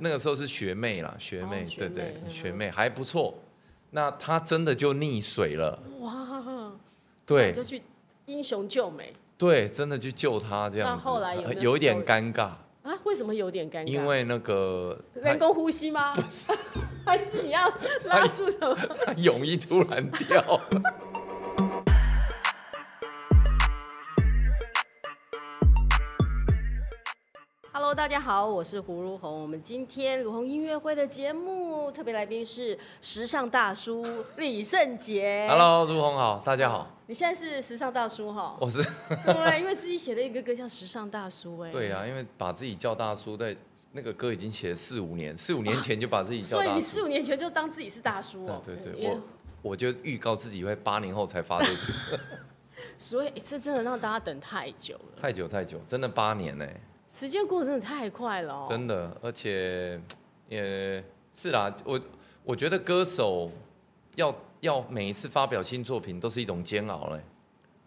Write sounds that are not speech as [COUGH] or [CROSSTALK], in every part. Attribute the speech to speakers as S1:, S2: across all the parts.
S1: 那个时候是学妹啦，学妹，
S2: 哦学
S1: 对
S2: 妹
S1: 对，
S2: 嗯
S1: 学妹还不错。那她真的就溺水了，
S2: 哇，
S1: 对
S2: 你就去英雄救美
S1: 对，真的去救她这样子。
S2: 那后来有没有
S1: 呃一点
S2: story？
S1: 尴尬，
S2: 啊？为什么有点尴尬？
S1: 因为那
S2: [LAUGHS]
S1: 个
S2: 人工呼吸吗？ [LAUGHS] 还是你要拉住什么？ [LAUGHS]
S1: 她泳衣突然掉了。
S2: Hello，大家好，我是胡如红。我们今天如红音乐会的节目特别来宾是时尚大叔李圣杰。
S1: Hello，如红好，大家好，
S2: 你现在是时尚大叔
S1: [LAUGHS]
S2: 哈？
S1: 我是
S2: 对，因为自己写了一个歌叫《时尚大叔》哎。
S1: 对啊，因为把自己叫大叔，在那个歌已经写了四五年，四五年前就把自己叫
S2: 啊所以
S1: 大
S2: 你
S1: 叔。
S2: 四五年前就当自己是大叔哦。
S1: 对对
S2: 因
S1: 对，
S2: 为
S1: 我我就预告自己会八零后才发这次，
S2: 所以这真的让大家等太久了，
S1: 太久太久，真的八年欸呢、
S2: 时间过得真的太快了哦。
S1: 真的，而且也是啦，我我觉得歌手要要每一次发表新作品都是一种煎熬嘞。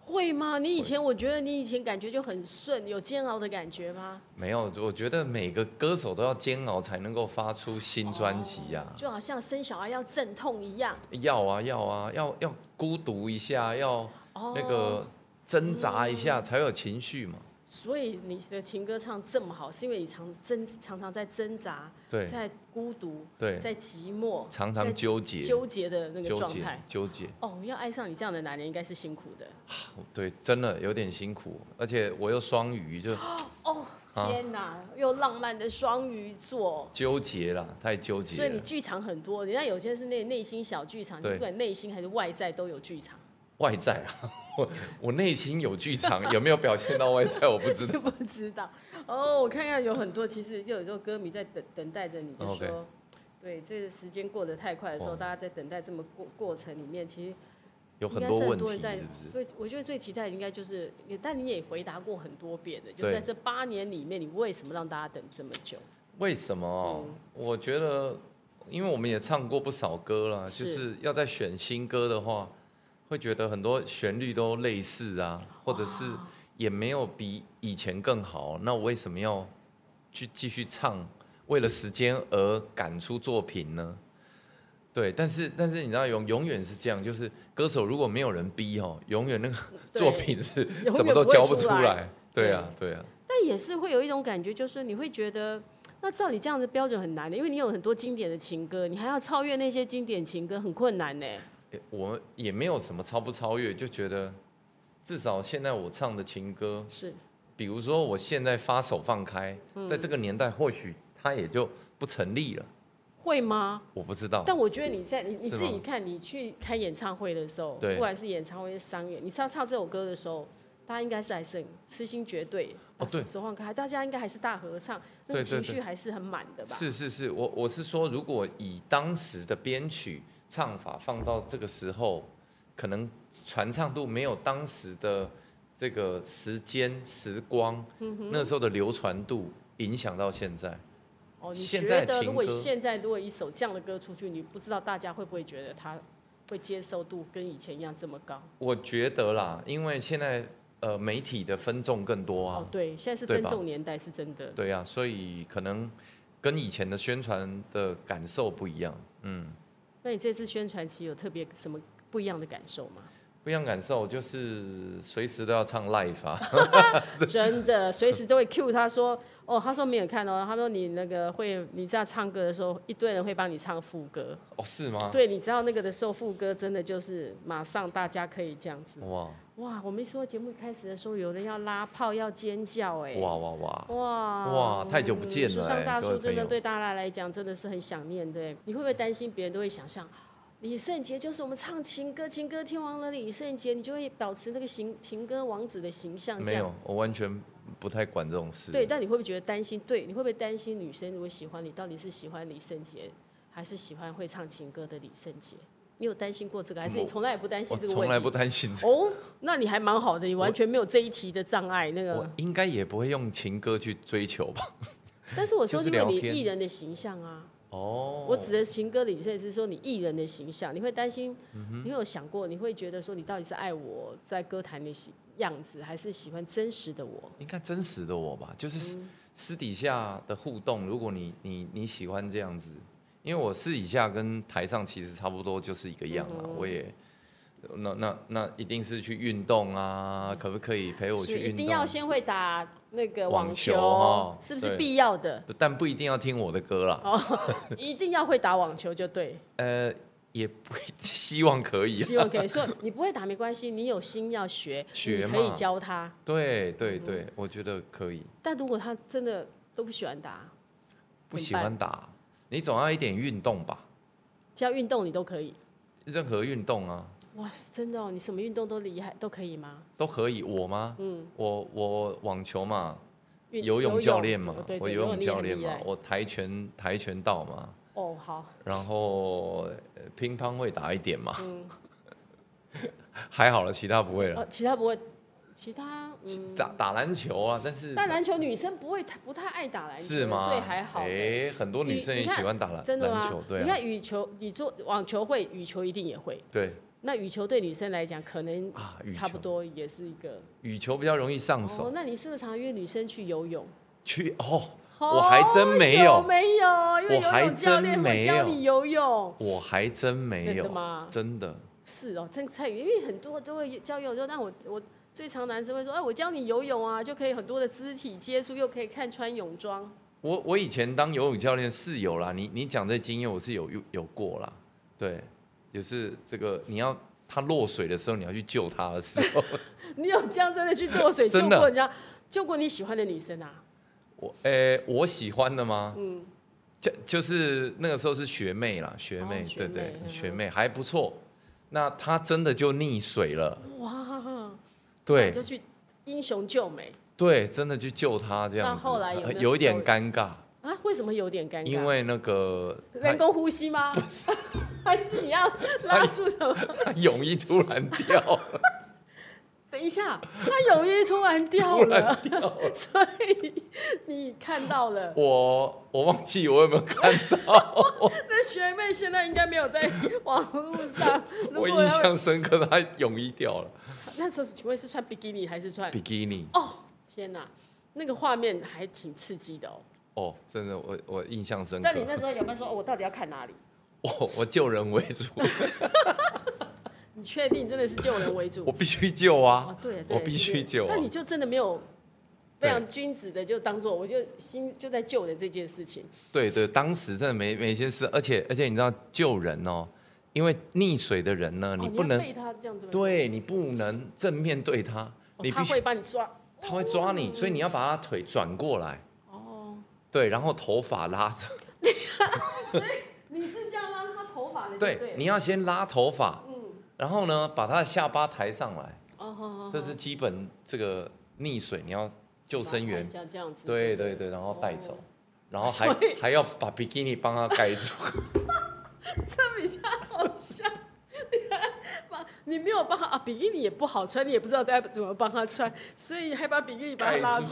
S2: 会吗？你以前我觉得你以前感觉就很顺，有煎熬的感觉吗？
S1: 没有，我觉得每个歌手都要煎熬才能够发出新专辑呀、
S2: 就好像生小孩要阵痛一样。
S1: 要啊要啊，要要孤独一下，要
S2: 哦
S1: 那个挣扎一下，才有情绪嘛。
S2: 所以你的情歌唱这么好，是因为你常挣常常在挣扎，
S1: 对
S2: 在孤独，
S1: 对
S2: 在寂寞，
S1: 常常
S2: 在
S1: 纠结
S2: 纠结的那个
S1: 纠
S2: 状
S1: 结
S2: 态。
S1: 纠结，
S2: 哦，要爱上你这样的男人应该是辛苦的。
S1: 对，真的有点辛苦，而且我又双鱼，就
S2: 哦，
S1: 啊
S2: 天哪，又浪漫的双鱼座。
S1: 纠结啦，太纠
S2: 所
S1: 结
S2: 以你
S1: 了。
S2: 剧场很多，人家有些是内内心小剧场，
S1: 对
S2: 不管内心还是外在都有剧场，
S1: 外在啊， [LAUGHS] 我我内心有剧场，有没有表现到外在我不知道。
S2: 就 [LAUGHS] 不知道。哦，我看看有很多，其实就有时候歌迷在等等待着你，就说
S1: 哦 OK
S2: 对，这个时间过得太快的时候，
S1: 哦
S2: 大家在等待这么过过程里面，其实
S1: 有
S2: 应
S1: 很
S2: 该
S1: 多
S2: 是
S1: 问
S2: 很
S1: 题，
S2: 多人在，
S1: 是不是？
S2: 所以我觉得最期待的应该就是，也但你也回答过很多遍的，就是
S1: 对
S2: 在这八年里面，你为什么让大家等这么
S1: [LAUGHS]
S2: 久？
S1: 为什么哦、
S2: 嗯
S1: 我觉得，因为我们也唱过不少歌啦，
S2: 是
S1: 就是要在选新歌的话，会觉得很多旋律都类似啊，或者是也没有比以前更好。那我为什么要去继续唱？为了时间而赶出作品呢？对，但是但是你知道永永远是这样，就是歌手如果没有人逼哦，永远那个
S2: 嗯对
S1: 作品是
S2: 永远
S1: 怎么都
S2: 不会
S1: 交不
S2: 出
S1: 出
S2: 来
S1: 来。对啊，对啊，
S2: 但也是会有一种感觉，就是你会觉得，那照你这样的标准很难的，因为你有很多经典的情歌，你还要超越那些经典情歌，很困难呢。
S1: 欸我也没有什么超不超越，就觉得至少现在我唱的情歌，
S2: 是，
S1: 比如说我现在发手放开，在这个年代或许它也就不成立了，
S2: 会吗？
S1: 我不知道。
S2: 但我觉得你在你你
S1: 啊是吗
S2: 自己看，你去开演唱会的时候，
S1: 对
S2: 不管是演唱会、商演，你唱唱这首歌的时候，大家应该是还是很痴心绝对，把
S1: 哦对
S2: 手放开，大家应该还是大合唱，那个
S1: 对对
S2: 情
S1: 对
S2: 绪还是很满的吧？
S1: 是是是，我我是说，如果以当时的编曲唱法放到这个时候，可能传唱度没有当时的这个时间时光，那时候的流传度影响到现在。
S2: 哦，你
S1: 现
S2: 觉
S1: 在
S2: 得
S1: 情
S2: 如果
S1: 歌
S2: 现在如果一首这样的歌出去，你不知道大家会不会觉得它会接受度跟以前一样这么高？
S1: 我觉得啦，因为现在呃媒体的分众更多啊，
S2: 哦，对，现在是
S1: 对
S2: 分
S1: 吧
S2: 众年代，是真的。
S1: 对啊，所以可能跟以前的宣传的感受不一样，嗯，
S2: 那你这次宣传期有特别什么不一样的感受吗？
S1: 不一样感受就是随时都要唱 live 啊， [LAUGHS]
S2: 真的，随时都会 cue 他说，哦，他说没有看哦，他说你那个会，你这样唱歌的时候，一堆人会帮你唱副歌。
S1: 哦是吗？
S2: 对，你知道那个的时候，副歌真的就是马上大家可以这样子。
S1: 哇
S2: 哇，我们说节目开始的时候，有人要拉炮，要尖叫，哎，
S1: 哇哇哇！
S2: 哇
S1: 哇太久不见了
S2: 嗯、时尚
S1: 哎
S2: 大
S1: 各
S2: 叔
S1: 位
S2: 真的
S1: 朋友
S2: 对大家来讲真的是很想念，对，你会不会担心别人都会想象？李圣杰就是我们唱情歌情歌天王的李圣杰，你就会保持那个情情歌王子的形象。这
S1: 没
S2: 样。
S1: 有，我完全不太管这种事。
S2: 对，但你会不会觉得担心？对，你会不会担心女生如果喜欢你，到底是喜欢李圣杰，还是喜欢会唱情歌的李圣杰？你有担心过这个，还是你
S1: 我
S2: 从来也不担心
S1: 我
S2: 这个
S1: 从
S2: 问
S1: 来
S2: 题？
S1: 不担心这
S2: 哦，那你还蛮好的，你完全没有这一题的障碍。那
S1: 个，
S2: 个
S1: 我，应该也不会用情歌去追求吧？
S2: 但是我说
S1: 就是
S2: 因为
S1: 聊
S2: 你
S1: 天
S2: 艺人的形象啊，
S1: 哦，
S2: 我指的情歌里，甚是说你艺人的形象，你会担心，
S1: 嗯
S2: 你会有想过，你会觉得说你到底是爱我在歌坛的形样子，还是喜欢真实的我？
S1: 应该真实的我吧，就是
S2: 嗯
S1: 私私底下的互动。如果你你你喜欢这样子，因为我私底下跟台上其实差不多就是一个样
S2: 嗯
S1: 啊，我也。那那那一定是去运动啊，可不可以陪我
S2: 嗯是
S1: 去
S2: 一
S1: 运动？
S2: 定要先会打那个
S1: 网
S2: 球，
S1: 球哦
S2: 是不是
S1: 对
S2: 必要的？
S1: 但不一定要听我的歌啦。
S2: 哦
S1: [LAUGHS]
S2: 一定要会打网球就对。
S1: 呃，也不 [LAUGHS] 希望可以、啊。
S2: 希望可以说你不会打没关系，你有心要学，
S1: 学
S2: 你可以
S1: 嘛
S2: 教他。
S1: [LAUGHS] 对
S2: 嗯
S1: 对对，我觉得可以。
S2: 但如果他真的都不喜欢打，
S1: 不喜欢打，你总要一点运动吧？
S2: 只要运动你都可以。
S1: 任何运动啊
S2: 哇，真的哦，你什么运动都厉害，都可以吗？
S1: 都可以。我吗？
S2: 嗯，
S1: 我我网球嘛，
S2: 运
S1: 游泳教练嘛，
S2: 对对
S1: 我
S2: 对
S1: 游泳
S2: 你
S1: 教
S2: 很
S1: 练
S2: 厉
S1: 嘛
S2: 害，
S1: 我跆拳跆拳道嘛，
S2: 哦，好，
S1: 然后呃乒乓会打一点嘛， [LAUGHS]
S2: 嗯，
S1: 还好了，其他不会了。
S2: 呃，其他不会，其他嗯，
S1: 打打篮球啊，但是
S2: 但篮球女生不会太不太爱打篮球，
S1: 是吗？
S2: 所以还好。
S1: 哎，很多女生
S2: 你
S1: 也
S2: 你看
S1: 喜欢打篮
S2: 真的吗
S1: 篮球，？对
S2: 你
S1: 啊，
S2: 看羽球，你做网球会，羽球一定也会。
S1: 对
S2: 那羽球对女生来讲，可能
S1: 啊，羽
S2: 差不
S1: 球
S2: 多也是一个。
S1: 羽球比较容易上
S2: 哦
S1: 手。，
S2: 那你是不是常约女生去游泳？
S1: 去哦，我还真没
S2: 有，
S1: 有，
S2: 没有，因为
S1: 我还
S2: 游泳教练
S1: 真
S2: 会
S1: 没有
S2: 教你游泳。
S1: 我还真没
S2: 真的
S1: 有
S2: 吗，
S1: 真的。
S2: 是哦，真菜，因为很多都会教游泳，但我我最常男生会说，哎，我教你游泳啊，就可以很多的肢体接触，又可以看穿泳装。
S1: 我我以前当游泳教练是有啦，你你讲这经验我是有有有过啦，对，就是这个你要他落水的时候你要去救他的时
S2: [LAUGHS]
S1: 候，
S2: 你有这样真的去落水救
S1: [LAUGHS] 真的
S2: 过人家，救过你喜欢的女生啊？
S1: 我诶、我喜欢的吗？
S2: 嗯，
S1: 就就是那个时候是学妹啦，学妹，
S2: 哦学
S1: 对
S2: 妹
S1: 对，
S2: 嗯
S1: 学妹还不错。那她真的就溺水了，
S2: 哇，
S1: 对
S2: 你嗯就去英雄救美
S1: 对，真的去救她这样
S2: 那
S1: 子，
S2: 后来有没有
S1: 一点
S2: story？
S1: 尴尬，
S2: 啊？为什么有点尴尬？
S1: 因为那个
S2: 人工呼吸吗？ [LAUGHS] 还是你要拉住什
S1: [LAUGHS]
S2: 么？
S1: 她她泳衣突然掉
S2: [LAUGHS]
S1: 了，
S2: 等一下，他泳衣突然掉
S1: 突然
S2: 了，所以你看到了。
S1: 我我忘记我有没有看到，
S2: 那学妹现在应该没有在网络上。 [LAUGHS] 如
S1: 我
S2: 果
S1: 印
S2: 要
S1: 象深刻，她泳衣掉了，
S2: 那时候是，请问是穿比基尼还是穿？
S1: 比基尼。
S2: 哦，天哪，那个画面还挺刺激的哦。
S1: 哦，真的，我我印象深刻
S2: 但。你那时候有没有说，哦我到底要看哪里？
S1: [LAUGHS] 我我救人为主， [LAUGHS]
S2: 你确定真的是救人为主
S1: 我？必须救啊
S2: 哦，！对，对
S1: 我必须救、啊。
S2: 但你就真的没有非
S1: 对
S2: 常君子的，就当做我就心就在救人这件事情。
S1: 对对，当时真的没没心思，而且而且你知道救人哦，因为溺水的人呢，
S2: 哦
S1: 你
S2: 要
S1: 不能、
S2: 被他这样子吗，
S1: 对你不能正面对他，
S2: 哦
S1: 你
S2: 他
S1: 必须
S2: 会哦把你抓。
S1: 他会抓你，所以你要把他腿转过来，
S2: 哦，
S1: 对，然后头发拉着，
S2: 你是这样拉他头发的，
S1: 对，你要先拉头发，
S2: 嗯，
S1: 然后呢把他的下巴抬上来，
S2: 哦，好好，
S1: 这是基本这个溺水你要救生员，
S2: 像这样子，
S1: 对对对，然后带走
S2: 哦，
S1: 然后还
S2: 所以
S1: 还要把比基尼帮他盖住， [LAUGHS]
S2: 这比较好笑。你没有帮他啊，比基尼也不好穿，你也不知道该怎么帮他穿，所以还把比基尼把他拉住。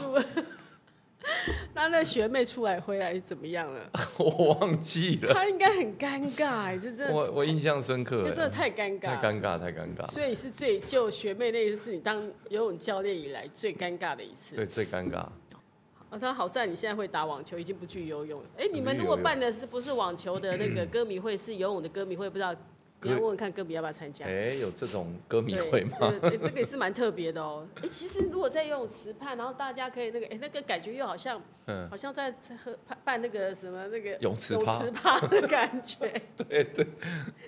S2: 那那学妹出来回来怎么样了？
S1: 我忘记了，
S2: 她应该很尴尬、哎， [LAUGHS] 这真的，
S1: 我我印象深刻
S2: 这
S1: 哎，
S2: 真的太尴尬
S1: 太
S2: 了。
S1: 尴尬，太尴尬，
S2: 所以是最就学妹那一次，你当游泳教练以来最尴尬的一次。
S1: 对，最尴尬。
S2: 哦，他好在你现在会打网球，已经不去游泳了。哎、你
S1: 不
S2: 们
S1: 去
S2: 如果
S1: 游泳
S2: 办的是不是网球的那个歌迷会，是游泳的歌迷会，不
S1: [CLEARS THROAT]
S2: 知道你要
S1: 歌
S2: 问问看歌迷要不要参加
S1: 哎、。有这种歌迷
S2: 对
S1: 会 [LAUGHS] 吗？
S2: 这个、这个也是蛮特别的哦。哎、其实如果在游泳池畔，然后大家可以那个，哎、那个感觉又好像
S1: 嗯，
S2: 好像在喝办那个什么那个
S1: 泳池
S2: 泳
S1: 趴
S2: 池趴的感觉。对对，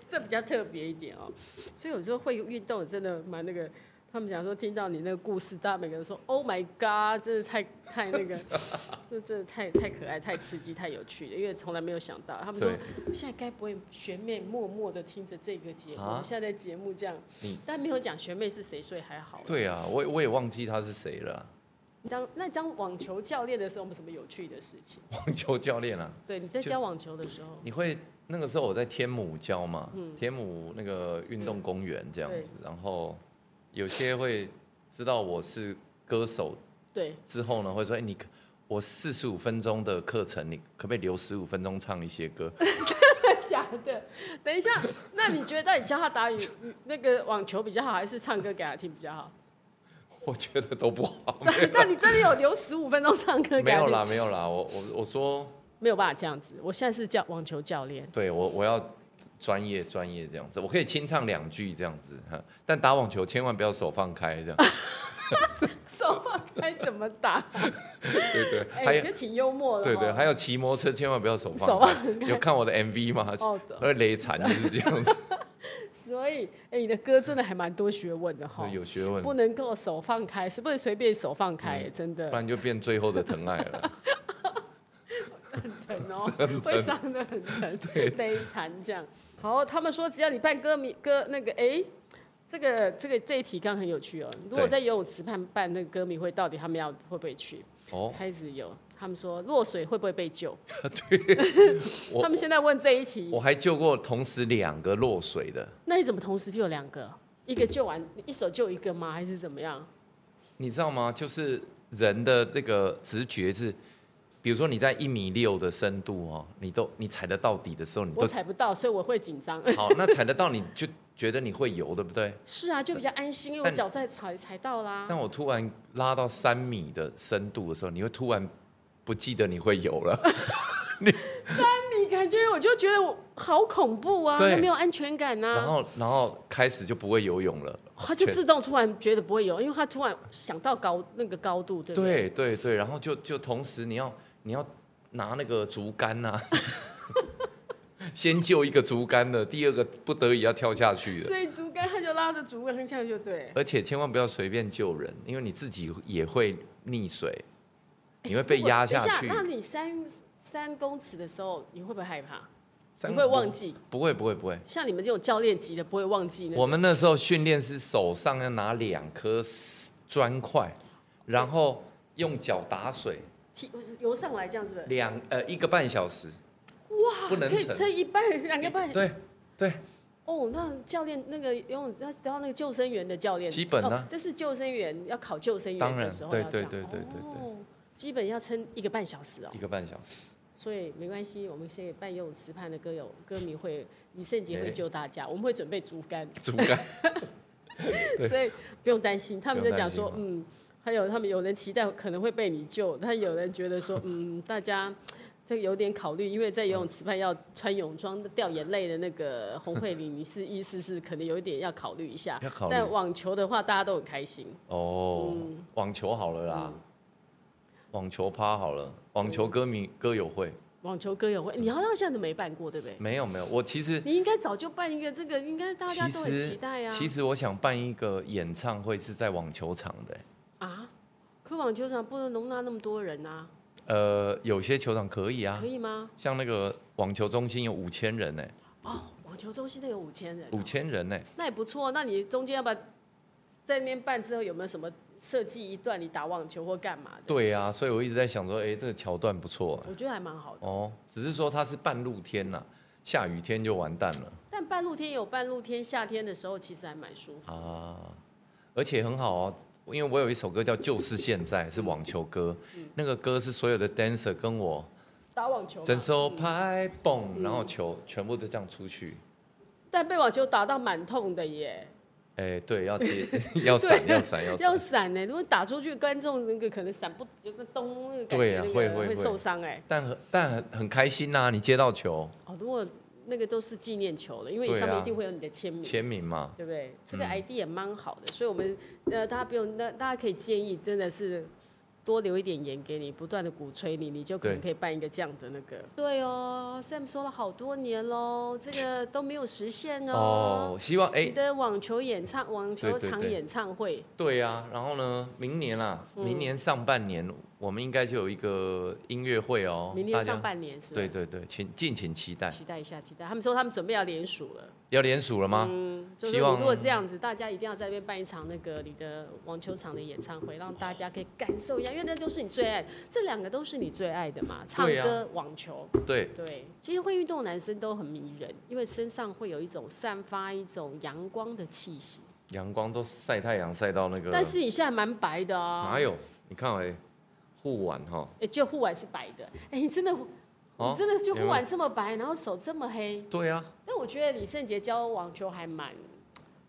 S2: 这比较特别一点哦。所以有时候会运动真的蛮那个。他们讲说，听到你那个故事，大家每个人说：“Oh my god！” 真的太太那
S1: [LAUGHS]
S2: 个，这真的太太可爱、太刺激、太有趣了，因为从来没有想到。他们说
S1: 对，
S2: 现在该不会学妹默默的听着这个节目，
S1: 啊
S2: 现在在节目这样
S1: 你，
S2: 但没有讲学妹是谁，所以还好。
S1: 对啊，我也我也忘记他是谁了， [LAUGHS]
S2: 你当那你当网球教练的时候，有没有什么有趣的事情？
S1: 网球教练啊。
S2: 对，你在
S1: 就
S2: 教网球的时候，
S1: 你会那个时候我在天母教嘛，天母那个运动公园这样
S2: 嗯对
S1: 子，然后有些会知道我是歌手
S2: 对，
S1: 之后呢，会说：“哎、你可我四十五分钟的课程，你可不可以留十五分钟唱一些歌？ [LAUGHS]
S2: 真的 [LAUGHS] 假的？等一下，那你觉得你教他打羽那个网球比较好，还是唱歌给他听比较
S1: [LAUGHS]
S2: 好？
S1: 我觉得都不好，
S2: 那 [LAUGHS] 那你真的有留十五分钟唱歌给
S1: 没
S2: 他
S1: 有
S2: 听？
S1: 啦，没有啦，我我我说，
S2: 没有办法这样子，我现在是教网球教
S1: [LAUGHS]
S2: 练。
S1: 对我我要专业专业这样子，我可以清唱两句这样子，哈但打网球千万不要手放开这样，
S2: 手放开怎么打？
S1: 对
S2: [LAUGHS]
S1: 对，
S2: 哎、
S1: 还有
S2: 你这挺幽默的、
S1: 对
S2: 哦。
S1: 对，还有骑摩托车千万不要手
S2: 手
S1: 放
S2: 放
S1: 开，有看我的 MV 吗？
S2: 哦的
S1: 会雷惨就是这样
S2: [LAUGHS]
S1: 子，
S2: 所以，哎、你的歌真的还蛮多学问的哈
S1: 对。有学问，
S2: 不能够手放开，是不能随便手放开、真
S1: 不
S2: 的
S1: 然就变最后的疼爱了。
S2: 很
S1: [LAUGHS]
S2: 疼哦，会伤的很疼，悲惨这样。好，他们说只要你办歌迷歌那个，哎、这个这个这一题刚很有趣哦。如果
S1: 对
S2: 在游泳池办办那个歌迷会，到底他们要会不会去？
S1: 哦，
S2: 开始有，他们说落水会不会被救？
S1: [LAUGHS]
S2: [LAUGHS]
S1: 我
S2: 他们现在问这一题，
S1: 我还救过同时两个落水的，
S2: 那你怎么同时就有两个？一个救完，一手救一个吗？还是怎么样？
S1: 你知道吗？就是人的那个直觉是，比如说你在一米六的深度哦，你都你踩得到底的时候，你
S2: 我
S1: 都
S2: 踩不到，所以我会紧张。 [LAUGHS]
S1: 好，那踩得到你就觉得你会游，对不对？
S2: 是啊，就比较安心，因为我
S1: 但
S2: 脚在踩踩到啦。
S1: 但我突然拉到三米的深度的时候，你会突然不记得你会游了。
S2: 你哎感觉我就觉得我好恐怖啊，
S1: 对
S2: 那没有安全感啊呐、
S1: 然后，然后开始就不会游泳了。
S2: 他就
S1: 全
S2: 自动突然觉得不会有，因为他突然想到高那个高度，对不对？
S1: 对对对，然后就就同时你要你要拿那个竹竿呐、 [LAUGHS] 先救一个竹竿的，第二个不得已要跳下去的。
S2: 所以竹竿他就拉着竹竿这样就对。
S1: 而且千万不要随便救人，因为你自己也会溺水，你会
S2: 所
S1: 被
S2: 哎以我
S1: 压
S2: 等一
S1: 去。
S2: 那你三三公尺的时候，你会不会害怕？
S1: 三
S2: 你会忘记？
S1: 不会不会不会。
S2: 像你们这种教练级的，不会忘记那
S1: 我们那时候训练是手上要拿两颗砖块，然后用脚打水，
S2: 踢游上来这样，是不是？
S1: 两呃一个半小时。哇不能
S2: 可以
S1: 沉。
S2: 撑一半、两个半。
S1: 对对，
S2: 哦，那教练那个游泳，那然后那个救生员的教练，
S1: 基本啊
S2: 哦这是救生员要考救生员
S1: 当
S2: 的
S1: 然
S2: 时候
S1: 对
S2: 要这样
S1: 对对对对对
S2: 哦，基本要撑一个半小时哦
S1: 一。个半小时。
S2: 所以没关系，我们先给办游泳池畔的歌友歌迷会，李圣杰
S1: 哎
S2: 会救大家，我们会准备竹竿，
S1: 竹
S2: [LAUGHS]
S1: 竿对
S2: 所以不用担心。他们
S1: 不
S2: 在
S1: 用
S2: 讲
S1: 担心
S2: 说，嗯，还有他们有人期待可能会被你救，但有人觉得说，嗯，大家。这个有点考虑，因为在游泳池畔要穿泳装掉眼泪的那个洪慧玲，你是意思是可能有一点要考虑一下。
S1: 要考虑
S2: 但网球的话，大家都很开心。
S1: 哦，
S2: 嗯
S1: 网球好了啦，网球趴好了，网
S2: 嗯
S1: 球歌迷歌友会
S2: 网球歌友会，你好像现在都没办过，对不对？
S1: 没有没有，我其实
S2: 你应该早就办一个这个，应该大家
S1: 其
S2: 都很
S1: 实
S2: 期待啊。
S1: 其实我想办一个演唱会是在网球场的、
S2: 啊，可网球场不能容纳那么多人啊，
S1: 呃，有些球场可以啊
S2: 可，以吗？
S1: 像那个网球中心有五千人呢、
S2: 哦，网球中心那有五千人，
S1: 五千人呢、欸
S2: 那也不错。那你中间要不要在那边办之后，有没有什么设计一段你打网球或干嘛的？
S1: 对啊，所以我一直在想说，哎、这个桥段不错、欸
S2: 我觉得还蛮好的。
S1: 哦，只是说它是半露天呐、下雨天就完蛋了
S2: 但半露天也有半露天，夏天的时候其实还蛮舒服。
S1: 啊，而且很好哦。因为我有一首歌叫《就是现在》，是网球歌，
S2: 嗯
S1: 那个歌是所有的 dancer 跟我
S2: 打网球嘛
S1: 整手拍蹦，
S2: 嗯
S1: 然后球全部都这样出去，
S2: 但被网球打到蛮痛的耶，
S1: 哎，对，要
S2: [LAUGHS]
S1: 接， [LAUGHS] 要闪，要闪，哎要
S2: 要
S1: 闪。
S2: 闪呢。如果打出去，观众那个可能闪不，就是咚那个感
S1: 对
S2: 觉
S1: 啊
S2: 那
S1: 会
S2: 个
S1: 会
S2: 会
S1: 会
S2: 受伤哎。
S1: 但很但很很开心呐、你接到球
S2: 哦，如果那个都是纪念球了，因为你
S1: 对啊
S2: 上面一定会有你的签名。
S1: 签名嘛，
S2: 对不对？这
S1: 嗯
S2: 个 ID 也蛮好的，所以我们呃，大家不用，那大家可以建议，真的是多留一点言给你，不断的鼓吹你，你就可能
S1: 对
S2: 可以办一个这样的那个。对哦，Sam 说了好多年喽，这个都没有实现哦。
S1: 哦，希望
S2: 你
S1: 哎，
S2: 的网球演唱、网球
S1: 对对
S2: 场
S1: 对
S2: 演唱会，
S1: 对啊，然后呢，明年啦，
S2: 嗯
S1: 明年上半年我们应该就有一个音乐会哦，
S2: 明
S1: 大
S2: 年
S1: 家
S2: 上半年是吧？
S1: 对对对，请敬请期待。
S2: 期待一下，期待。他们说他们准备要联署了，
S1: 要联署了吗？
S2: 嗯，就是
S1: 希
S2: 说
S1: 望
S2: 你如果这样子，大家一定要在那边办一场那个你的网球场的演唱会，让大家可以感受一下，因为那就是你最爱，这两个都是你最爱的嘛，唱
S1: 对啊
S2: 歌、网球。
S1: 对，
S2: 对，其实会运动的男生都很迷人，因为身上会有一种散发一种阳光的气息。
S1: 阳光都晒太阳晒到那个，
S2: 但是你现在蛮白的啊，
S1: 哪有？你看哎，护腕哈，
S2: 哎，就护腕是白的，哎，你真的，
S1: 哦
S2: 你真的就护
S1: 有没有
S2: 腕这么白，然后手这么黑。
S1: 对啊，
S2: 但我觉得李圣杰教网球还蛮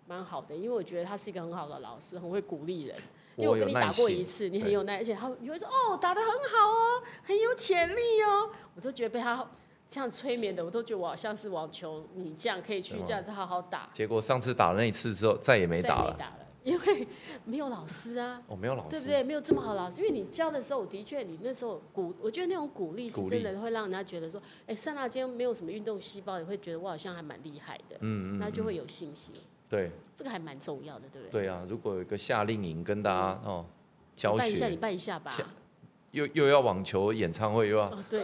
S2: 蛮好的，因为我觉得他是一个很好的老师，很会鼓励人。因为
S1: 我
S2: 我
S1: 有
S2: 跟你打
S1: 耐
S2: 过一
S1: 心，
S2: 次，你很
S1: 对
S2: 有耐，而且他你会说哦打得很好哦，很有潜力哦，我都觉得被他这样催眠的，我都觉得我好像是网球女将，可以去
S1: 是吗
S2: 这样子好好打，
S1: 结果上次打了那一次之后，再也没
S2: 再也
S1: 打
S2: 没
S1: 了。
S2: 打了，因为没有老师啊。
S1: 我、没有老师，
S2: 对不对？没有这么好老师，因为你教的时候，我的确你那时候鼓，我觉得那种鼓励是
S1: 鼓励
S2: 真的会让人家觉得说，哎，上大今天没有什么运动细胞，你会觉得我好像还蛮厉害的，
S1: 嗯嗯，
S2: 那
S1: 嗯
S2: 就会有信心，
S1: 对
S2: 这个还蛮重要的，对不对？嗯
S1: 对啊。如果有一个夏令营跟大家哦教
S2: 办一下，你
S1: 学，
S2: 办一下吧。
S1: 下又又要网球演唱会，又要、
S2: 哦，对，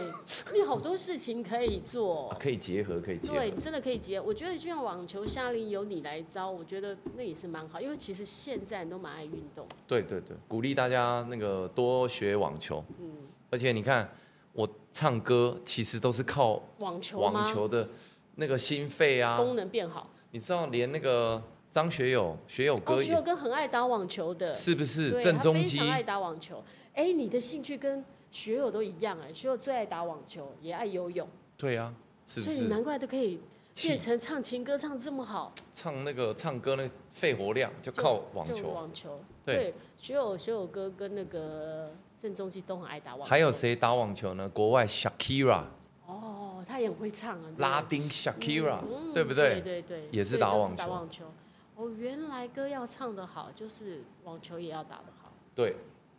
S2: 你好多事情可以做
S1: 啊。可以结合，可以结
S2: 对，
S1: 合，
S2: 你真的可以接。我觉得就像网球夏令由你来招，我觉得那也是蛮好，因为其实现在人都蛮爱运动。
S1: 对对对，鼓励大家那个多学网球。
S2: 嗯，
S1: 而且你看，我唱歌其实都是靠
S2: 网球吗？
S1: 网球的那个心肺啊，
S2: 功能变好。
S1: 你知道，连那个张学友、学友
S2: 哦，
S1: 哥
S2: 徐
S1: 也
S2: 友跟很爱打网球的，
S1: 是不是
S2: 对
S1: 郑中
S2: 他非
S1: 基
S2: 常？爱打网球。哎，你的兴趣跟学友都一样哎，学友最爱打网球，也爱游泳，
S1: 对啊，是不
S2: 所以你
S1: 是？
S2: 难怪都可以
S1: 气
S2: 变成唱情歌唱这么好。
S1: 唱那个唱歌那个肺活量就靠网
S2: 就
S1: 球，
S2: 网球。
S1: 对
S2: 对，学友学友哥跟那个郑中基都很爱打网球。
S1: 还有谁打网球呢？国外 Shakira，
S2: 哦，他也很会唱啊，
S1: 拉
S2: 对
S1: 丁 Shakira，
S2: 嗯
S1: 对不
S2: 对？
S1: 对？
S2: 对对
S1: 也是
S2: 所以
S1: 打
S2: 都
S1: 网
S2: 打
S1: 球
S2: 网球。哦，原来歌要唱得好，就是网球也要打得好。
S1: 对，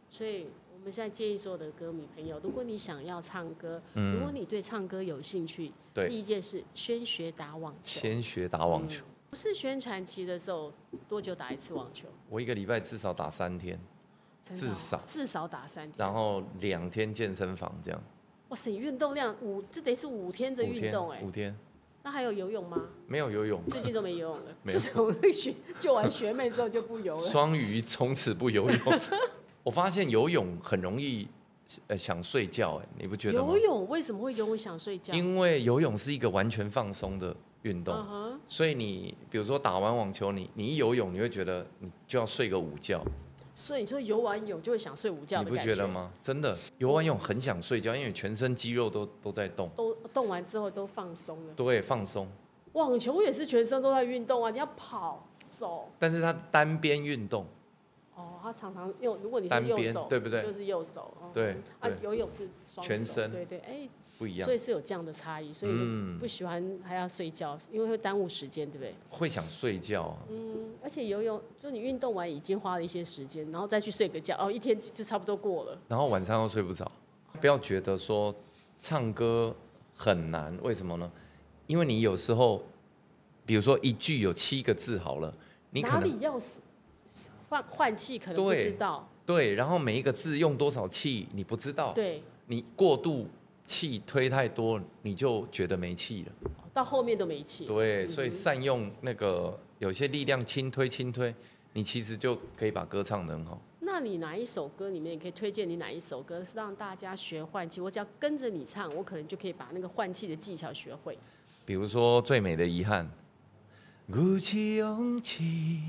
S2: 所以我们现在建议所有的歌迷朋友，如果你想要唱歌，如
S1: 嗯，
S2: 果你对唱歌有兴趣，
S1: 对，
S2: 第一件事先学打网球。
S1: 先学打网球。
S2: 嗯不是宣传期的时候，多久打一次网球？
S1: 我一个礼拜至少打三天，
S2: 真的哦
S1: 至少
S2: 至少打三天。
S1: 然后两天健身房这样，
S2: 哇塞，运动量五，这得是五天的
S1: 五
S2: 运动哎、
S1: 天五天
S2: 那还有游泳吗？
S1: 没有游泳，
S2: 最近都没游泳了
S1: [LAUGHS] ，没有
S2: 自从那个学救完学妹之后就不游
S1: [LAUGHS]
S2: 了。
S1: 双鱼从此不游
S2: [LAUGHS]
S1: 泳。我发现游泳很容易呃想睡觉，哎，你不觉得吗
S2: 游？泳为什么会游泳想睡觉？
S1: 因为游泳是一个完全放松的运动，
S2: 嗯哼，
S1: 所以你比如说打完网球，你你一游泳，你会觉得你就要睡个午觉，
S2: 所以你说游完泳就会想睡午觉
S1: 你
S2: 的
S1: 不
S2: 感
S1: 觉得？吗？真的，游完泳很想睡觉，因为全身肌肉都都在动，
S2: 都动完之后都放松了。
S1: 对，放松。
S2: 网球也是全身都在运动啊，你要跑手
S1: 但是它单边运动，
S2: 哦，他常常用，如果你
S1: 单
S2: 是
S1: 边
S2: 右手，
S1: 对不对
S2: 就是右手。哦
S1: 对
S2: 啊
S1: 对，
S2: 游泳是双手
S1: 全身
S2: 对对，哎，
S1: 不一样
S2: 所，以是有这样的差异，所以
S1: 嗯
S2: 不喜欢还要睡觉，因为会耽误时间，对不对？
S1: 会想睡觉啊、
S2: 嗯，而且游泳，就你运动完已经花了一些时间，然后再去睡个觉，哦，一天就就差不多过了。
S1: 然后晚上又睡不着。不要觉得说唱歌很难，为什么呢？因为你有时候，比如说一句有七个字好了，你可
S2: 哪
S1: 能
S2: 里要是换换气，可能不
S1: 对
S2: 知道。
S1: 对，然后每一个字用多少气你不知道，
S2: 对，
S1: 你过度气推太多，你就觉得没气了。
S2: 哦到后面都没气。
S1: 对，
S2: 嗯
S1: 所以善用那个有些力量轻推轻推，你其实就可以把歌唱得很好。
S2: 那你哪一首歌里面，你可以推荐你哪一首歌是让大家学换气？我只要跟着你唱，我可能就可以把那个换气的技巧学会。
S1: 比如说《最美的遗憾》，鼓起勇气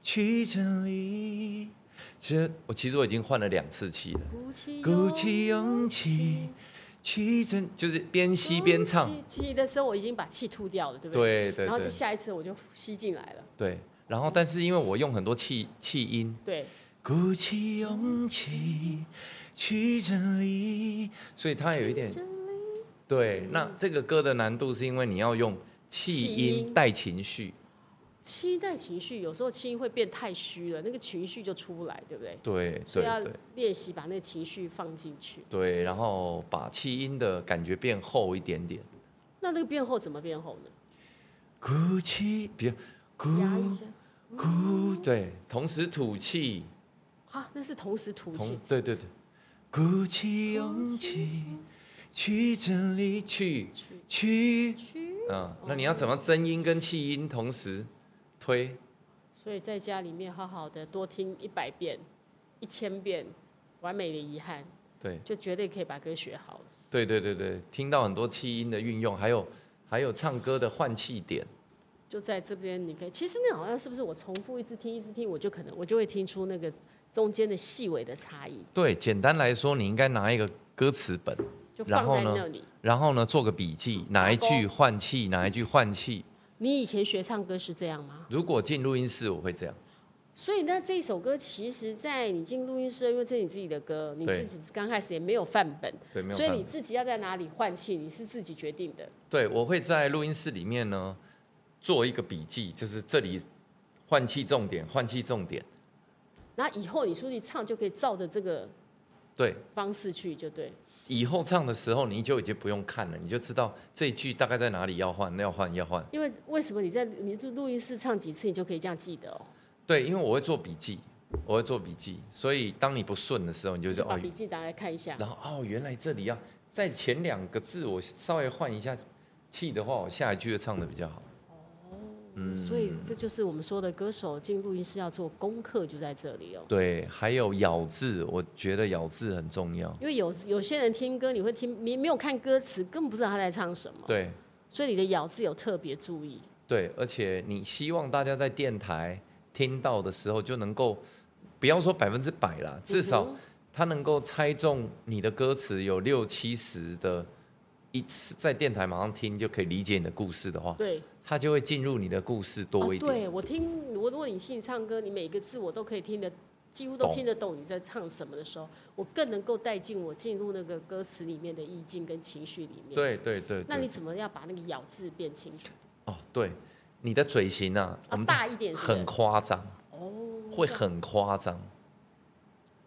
S1: 去整理。其实我其实我已经换了两次气了，
S2: 鼓起
S1: 鼓起勇气去整就是边吸边唱，。
S2: 吸气的时候我已经把气吐掉了，对不对？
S1: 对对
S2: 然后
S1: 对
S2: 这下一次我就吸进来了。
S1: 对。然后但是因为我用很多气气音，
S2: 对，
S1: 鼓起勇气去整理，所以它有一点对。那这个歌的难度是因为你要用气
S2: 气
S1: 音
S2: 音
S1: 带情绪，
S2: 期待情绪，有时候气音会变太虚了，那个情绪就出不来，对不对？
S1: 对
S2: 所
S1: 对
S2: 以要
S1: 对。
S2: 练习把那个情绪放进去。
S1: 对，然后把气音的感觉变厚一点点，
S2: 那那个变厚怎么变厚呢？
S1: 鼓气，比如鼓
S2: 压一下嗯
S1: 鼓，对，同时吐气，
S2: 啊，那是同时吐
S1: 同
S2: 气。
S1: 对对对，鼓起勇气去整理去去，
S2: 去，
S1: 嗯，那你要怎么真音跟气音同时推？
S2: 所以在家里面好好的多听一百遍、一千遍，《完美的遗憾》
S1: 对
S2: 就绝对可以把歌学好了。
S1: 对对对对，听到很多气音的运用，还有还有唱歌的换气点，
S2: 就在这边，你可以，其实那好像是不是我重复一直听一直听，我就可能我就会听出那个中间的细微的差异，
S1: 对，简单来说，你应该拿一个歌词本，
S2: 就
S1: 然
S2: 放
S1: 后
S2: 在
S1: 呢
S2: 那里。
S1: 然后呢做个笔记，哪一句换气，哪一句换气。
S2: 你以前学唱歌是这样吗？
S1: 如果进录音室，我会这样。
S2: 所以那这首歌其实，在你进录音室，因为这是你自己的歌，你
S1: 对
S2: 自己刚开始也没有范本，
S1: 对，没有
S2: 所以
S1: 办
S2: 你
S1: 法。
S2: 自己要在哪里换气，你是自己决定的。
S1: 对，我会在录音室里面呢做一个笔记，就是这里换气重点，换气重点。
S2: 那以后你出去唱就可以照着这个
S1: 对，
S2: 方式去，就对。
S1: 以后唱的时候你就已经不用看了，你就知道这一句大概在哪里要换，要换，要换。
S2: 因为为什么你在你录录音室唱几次，你就可以这样记得哦？
S1: 对，因为我会做笔记，我会做笔记，所以当你不顺的时候，你就
S2: 就是把
S1: 哦，
S2: 笔记啊打开看一下。
S1: 然后哦，原来这里要在前两个字我稍微换一下气的话，我下一句会唱的比较好。嗯
S2: 所以这就是我们说的歌手进录音室要做功课，就在这里哦。
S1: 对，还有咬字，我觉得咬字很重要。
S2: 因为有有些人听歌，你会听你没有看歌词，根本不知道他在唱什么，
S1: 对
S2: 所以你的咬字有特别注意。
S1: 对，而且你希望大家在电台听到的时候就能够，不要说百分之百啦，至少
S2: 嗯哼
S1: 他能够猜中你的歌词有六七十的，一次在电台马上听就可以理解你的故事的话，
S2: 对，
S1: 他就会进入你的故事哦多一点。
S2: 啊、对我听，我如果你听你唱歌，你每一个字我都可以听得，几乎都
S1: 懂
S2: 听得懂你在唱什么的时候，我更能够带进我进入那个歌词里面的意境跟情绪里面。，
S1: 对对对对
S2: 那你怎么要把那个咬字变清楚？
S1: 哦，对，你的嘴型啊，我
S2: 啊，
S1: 们
S2: 大一点是不是
S1: 很夸张，
S2: 哦，
S1: 会很夸张。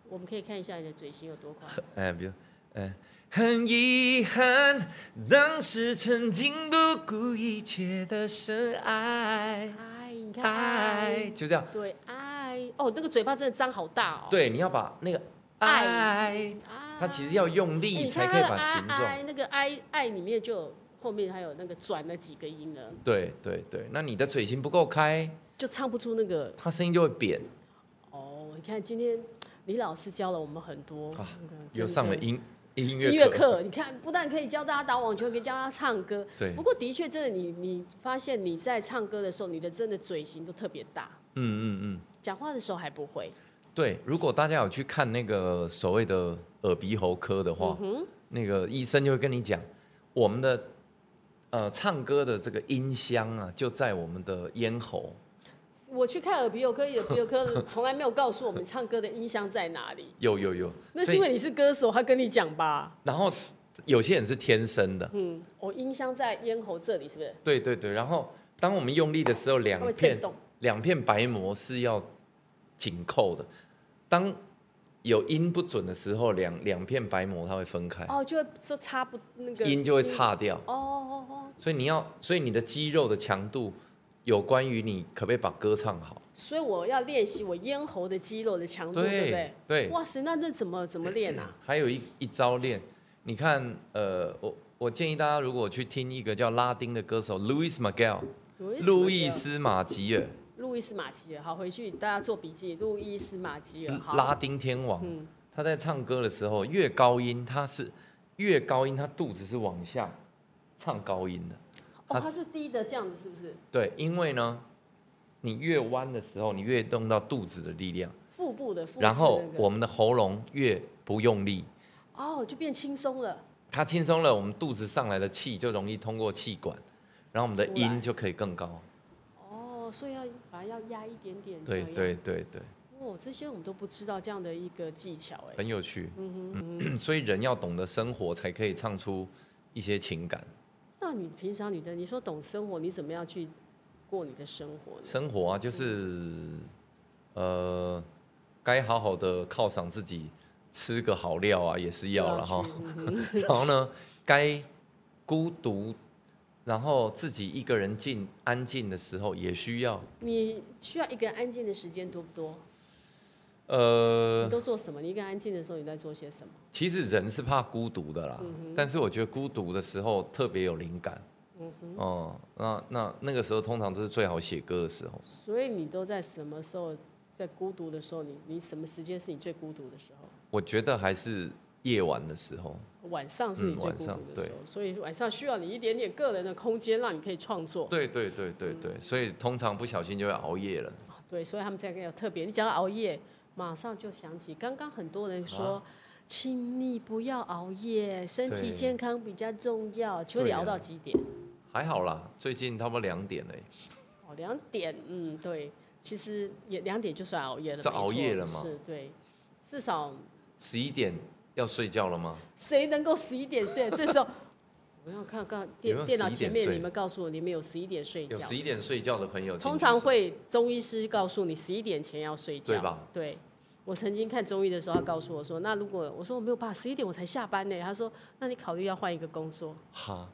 S2: 我们可以看一下你的嘴型有多宽。
S1: 哎，比如，哎，很遗憾，当时曾经不顾一切的深爱，
S2: 哎，你看，
S1: 爱，
S2: 哎，
S1: 就这样。
S2: 对，哎，哦，那个嘴巴真的张好大哦。，
S1: 对，你要把那个
S2: 爱
S1: 爱，
S2: 哎，
S1: 它其实要用
S2: 哎
S1: 力
S2: 你
S1: 才
S2: 看
S1: 可以
S2: 它的
S1: 把形
S2: 哎
S1: 状。
S2: 哎那个哎哎里面就有后面还有那个转了几个音了，
S1: 对对对，那你的嘴型不够开，
S2: 就唱不出那个
S1: 它声音就会扁
S2: 哦。你看今天李老师教了我们很多
S1: 啊
S2: 那个，
S1: 又
S2: 真
S1: 上
S2: 的
S1: 了音音
S2: 音乐
S1: 乐课。
S2: 课，你看，不但可以教大家打网球，可以教大家唱歌。
S1: 对
S2: 不过的确，真的你你发现你在唱歌的时候，你的真的嘴型都特别大，
S1: 嗯嗯嗯。
S2: 讲话的时候还不会。
S1: 对，如果大家有去看那个所谓的耳鼻喉科的
S2: 嗯
S1: 话，那个医生就会跟你讲，我们的呃唱歌的这个音箱啊，就在我们的咽喉。
S2: 我去看耳鼻喉
S1: [LAUGHS]
S2: 科，耳鼻喉科从来没有告诉我们唱歌的音箱在哪里。
S1: 有有有，
S2: 那是
S1: 所以
S2: 因为你是歌手，他跟你讲吧。
S1: 然后有些人是天生的，
S2: 嗯，哦，音箱在咽喉这里是不是？
S1: 对对对。然后当我们用力的时候，
S2: 它会
S1: 两
S2: 震
S1: 片
S2: 动。
S1: 两片白膜是要紧扣的。当有音不准的时候，两两片白膜它会分开，
S2: 哦，就会说差不那个
S1: 音就会。岔掉。
S2: 哦哦哦，
S1: 所以你要，所以你的肌肉的强度有关于你可不可以把歌唱好。
S2: 所以我要练习我咽喉的肌肉的强度，对不对？
S1: 对，
S2: 哇塞，那那怎么怎么练啊？
S1: 还有一一招练，你看，呃，我我建议大家如果去听一个叫拉丁的歌手 Louis Miguel，路嗯易斯马吉尔，
S2: 路易斯马吉尔，好，回去大家做笔记。路易斯马吉尔，好，
S1: 拉丁天王，
S2: 嗯
S1: 他在唱歌的时候，越高音他是越高音，他肚子是往下唱高音的。
S2: 哦，它是低的这样子，是不是？
S1: 对，因为呢，你越弯的时候，你越用到肚子的力量，
S2: 腹部的腹式那个，
S1: 然后我们的喉咙越不用力。
S2: 哦就变轻松了。
S1: 它轻松了，我们肚子上来的气就容易通过气管，然后我们的
S2: 出来
S1: 音就可以更高。
S2: 哦，所以要反而要压一点点。
S1: 对
S2: 这样。
S1: 对对对，
S2: 哦，这些我们都不知道这样的一个技巧哎。
S1: 很有趣。
S2: 嗯哼嗯哼，
S1: 所以人要懂得生活，才可以唱出一些情感。
S2: 那你平常你的你说懂生活，你怎么样去过你的生活呢？
S1: 生活啊，就是呃，该好好的犒赏自己，吃个好料啊，也是要了哈
S2: 去。嗯哼
S1: 然后呢，该孤独，然后自己一个人静安静的时候也需要。
S2: 你需要一个人安静的时间多不
S1: [LAUGHS]
S2: 多？
S1: 呃嗯
S2: 你，都做什么？你一个人安静的时候，你在做些什么？
S1: 其实人是怕孤独的啦，但是我觉得孤独的时候特别有灵感。
S2: 嗯哼，
S1: 哦、那那那个时候通常都是最好写歌的时候。
S2: 所以你都在什么时候？在孤独的时候，你你什么时间是你最孤独的时候？
S1: 我觉得还是夜晚的时候，
S2: 晚上是你
S1: 嗯
S2: 最
S1: 晚
S2: 孤
S1: 上
S2: 独的时候，所以晚上需要你一点点个人的空间，让你可以创作。
S1: 对对嗯对对对，所以通常不小心就会熬夜了。
S2: 对，所以他们才要特别。你讲到熬夜，马上就想起刚刚很多
S1: 啊
S2: 人说，请你不要熬夜，身体
S1: 对
S2: 健康比较重要。请问你
S1: 对呀
S2: 熬到几点？
S1: 还好啦，最近差不多两点嘞、
S2: 哦，两点，嗯，对，其实也两点就算熬夜了，
S1: 这
S2: 没
S1: 熬
S2: 错
S1: 夜了吗
S2: 是，对，至少
S1: 十一点要睡觉了吗？
S2: 谁能够十一点睡？这时候 [LAUGHS] 我要看看
S1: 有没有
S2: 电电脑
S1: 11
S2: 前
S1: 点
S2: 面，
S1: 睡
S2: 你们告诉我你们有十一点睡觉
S1: 有，十一点睡觉的朋友，
S2: 通
S1: 请
S2: 常
S1: 举手
S2: 会中医师告诉你十一点前要睡觉，
S1: 对吧？
S2: 对我曾经看中医的时候，他告诉我说，那如果我说我没有办法，十一点我才下班呢，他说那你考虑要换一个工作。
S1: 哈。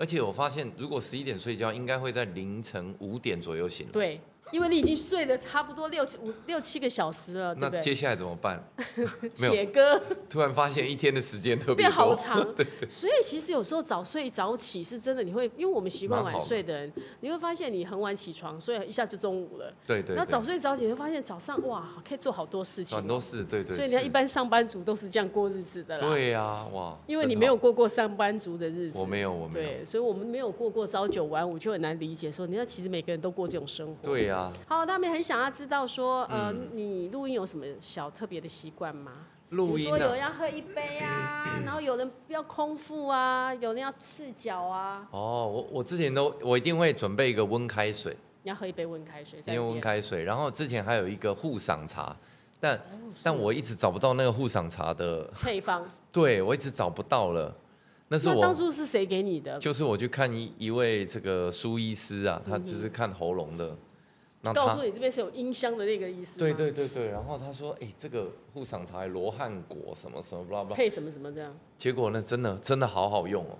S1: 而且我发现，如果十一点睡觉，应该会在凌晨五点左右醒来。
S2: 对，因为你已经睡了差不多六七五六七个小时了，哦对
S1: 那
S2: 不对？
S1: 接下来怎么
S2: [LAUGHS]
S1: 办？没有
S2: 写歌
S1: 突然发现一天的时间特别
S2: 变
S1: 多，
S2: 好长，所以其实有时候早睡早起是真的，你会因为我们习惯
S1: 蛮
S2: 晚
S1: 好的
S2: 睡的人，你会发现你很晚起床，所以一下就中午了。
S1: 对对
S2: 那
S1: 对，
S2: 早睡早起，你会发现早上哇可以做好多事情
S1: 很，多事，对对。
S2: 所以你看
S1: 是
S2: 一般上班族都是这样过日子的啦。
S1: 对呀、哇，
S2: 因为你
S1: 真
S2: 没有
S1: 好，
S2: 过过上班族的日子，
S1: 我没有，我没有，
S2: 对，所以我们没有过过朝九晚五，就很难理解说，你看其实每个人都过这种生活。
S1: 对啊嗯呀、
S2: 好，他们很想要知道说，呃，你录音有什么小特别的习惯吗？
S1: 录
S2: 比
S1: 音
S2: 如说有人
S1: 啊，
S2: 要喝一杯
S1: [CLEARS THROAT]
S2: 啊，然后有人要空腹啊，有人要赤脚啊，
S1: 哦，我我之前都我一定会准备一个温开水，
S2: 你要喝一杯温开水在
S1: 因
S2: 里
S1: 为
S2: 面。
S1: 温开水，然后之前还有一个护嗓茶，但、但
S2: 是
S1: 我一直找不到那个护嗓茶的，[LAUGHS]
S2: 配方，
S1: 对我一直找不到了，那是
S2: 那当
S1: 我。
S2: 初是谁给你的？
S1: 就是我去看一一位这个苏医师啊，他就是看喉咙的，那
S2: 嗯告
S1: 他
S2: 诉你这边是有音箱的那个意思吗
S1: 对，对对对，然后他说，哎、这个护嗓茶罗汉果什么什么 blah blah，
S2: 配什么什么这样
S1: 结果呢真的真的好好用哦，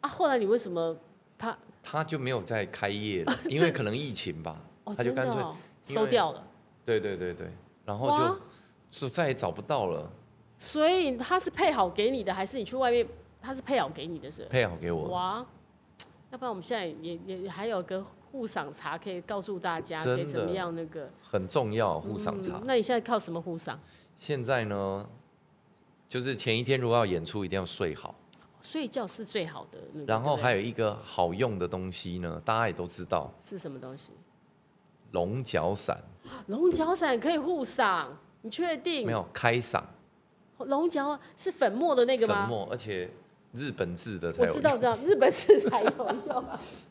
S2: 啊？后来你为什么他
S1: 他就没有再开业了，因为可能疫情吧，
S2: 哦
S1: 他就
S2: 真的
S1: 干脆，
S2: 哦
S1: 因为
S2: 收掉了？
S1: 对对对对，然后
S2: 哇
S1: 就就再也找不到了，
S2: 所以他是配好给你的，还是你去外面他是配好给你的是？
S1: 配好给我，
S2: 哇，要不然我们现在也也也还有个护嗓茶可以告诉大家
S1: 真
S2: 可
S1: 的
S2: 以怎么样那个
S1: 很重要护嗓茶
S2: 嗯。。那你现在靠什么护嗓？
S1: 现在呢，就是前一天如果要演出，一定要睡好。
S2: 睡觉是最好的那个。
S1: 然后
S2: 嗯对不对
S1: 还有一个好用的东西呢，大家也都知道，
S2: 是什么东西？
S1: 龙角散
S2: 龙角散可以护嗓，你确定？
S1: 没。有开嗓
S2: 龙角是粉末的那个
S1: 粉
S2: 吗？
S1: 末，而且日本制的才
S2: 我
S1: 有
S2: 知道，我
S1: 用，
S2: 知道，日本是才有用。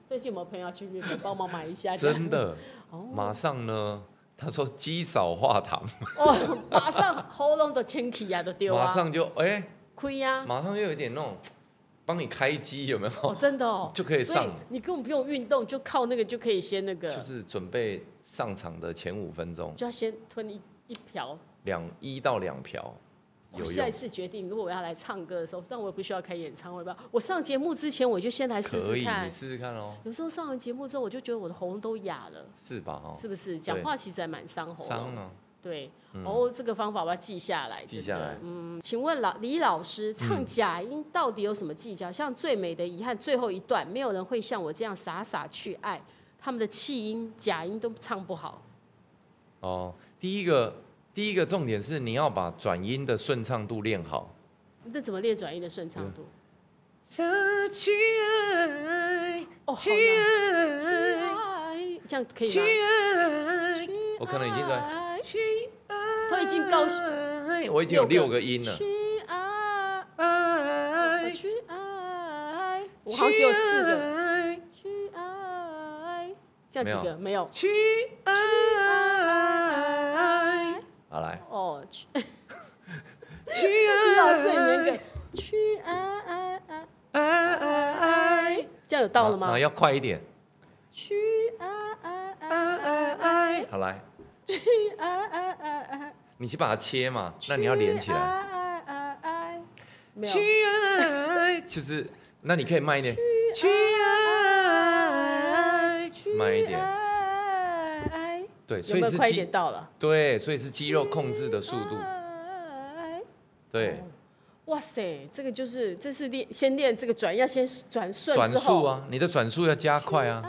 S2: 最近有没有朋友去日本帮忙买一
S1: [LAUGHS]
S2: 下？
S1: 真的。
S2: 哦
S1: 马上呢，他说肌少化痰，
S2: 哦，马上喉咙都清气啊，都丢啊，
S1: 马上就哎、
S2: 亏啊呀、
S1: 马上就有一点那种帮你开机有没有？
S2: 哦，真的哦，
S1: 就可以上
S2: 所以你根本不用运动，就靠那个就可以先那个，
S1: 就
S2: 就是
S1: 准备上场的前五分钟，
S2: 要先吞一一瓢。
S1: 两一到两瓢
S2: 我
S1: 有
S2: 下一
S1: 用，
S2: 次决定，如果我要来唱歌的时候，但我也不需要开演唱会吧？我上节目之前我就先来试
S1: 可
S2: 试
S1: 以
S2: 看
S1: 你。试试看哦，
S2: 有时候上完节目之后，我就觉得我的喉咙都哑了，
S1: 是吧？哦，
S2: 是不是？讲话其实还蛮伤喉
S1: 伤
S2: 咙。
S1: 啊，
S2: 对，哦，这个方法我要记下来。
S1: 记
S2: 真的
S1: 下来
S2: 嗯，请问老李老师，唱假音到底有什么技巧？像《最美的遗憾》最后一段，没有人会像我这样傻傻去爱，他们的气音、假音都唱不好。
S1: 哦。第一个第一个重点是你要把转音的顺畅度练好，
S2: 这怎么练转音的顺畅度？
S3: 这去爱，
S2: 哦，好
S3: 去
S2: 难。
S3: 爱，
S2: 这样可以
S3: 去
S2: 吗？
S3: 爱，
S1: 我可能已经在
S2: 在
S3: 去爱，
S2: 都已经高
S1: 哎我已经有
S2: 六
S1: 六
S2: 个
S1: 个音了，
S2: 去爱，我
S3: 爱，
S2: 去爱，我好像只有四个。
S3: 个，
S2: 去爱，这样几个没有。
S3: 去爱，
S1: 好来，
S2: 哦，去，
S3: 去爱，
S2: 老师你那个去爱爱爱
S3: 爱爱
S2: 爱，这样有到了
S1: 然后
S2: 吗？
S1: 要快一点，
S2: 去爱爱爱
S3: 爱爱爱，
S1: 好来，
S2: 去啊爱爱爱爱，
S1: 你去把它切嘛，那你要连起来，
S2: 爱爱爱爱，没有。
S3: 去爱，
S1: 就是哎那你可以慢一点，
S3: 去爱，
S1: 慢一点
S2: 点。
S1: 对，
S2: 啊有
S1: 所
S2: 没
S1: 以
S2: 有
S1: 是
S2: 快一点
S1: 肌
S2: 到了？
S1: 对，所以是肌肉控制的速度，对。
S2: 啊哇塞，这个就是这是练先练这个转，要先转顺
S1: 转
S2: 之
S1: 速
S2: 后，
S1: 啊，你的转速要加快啊，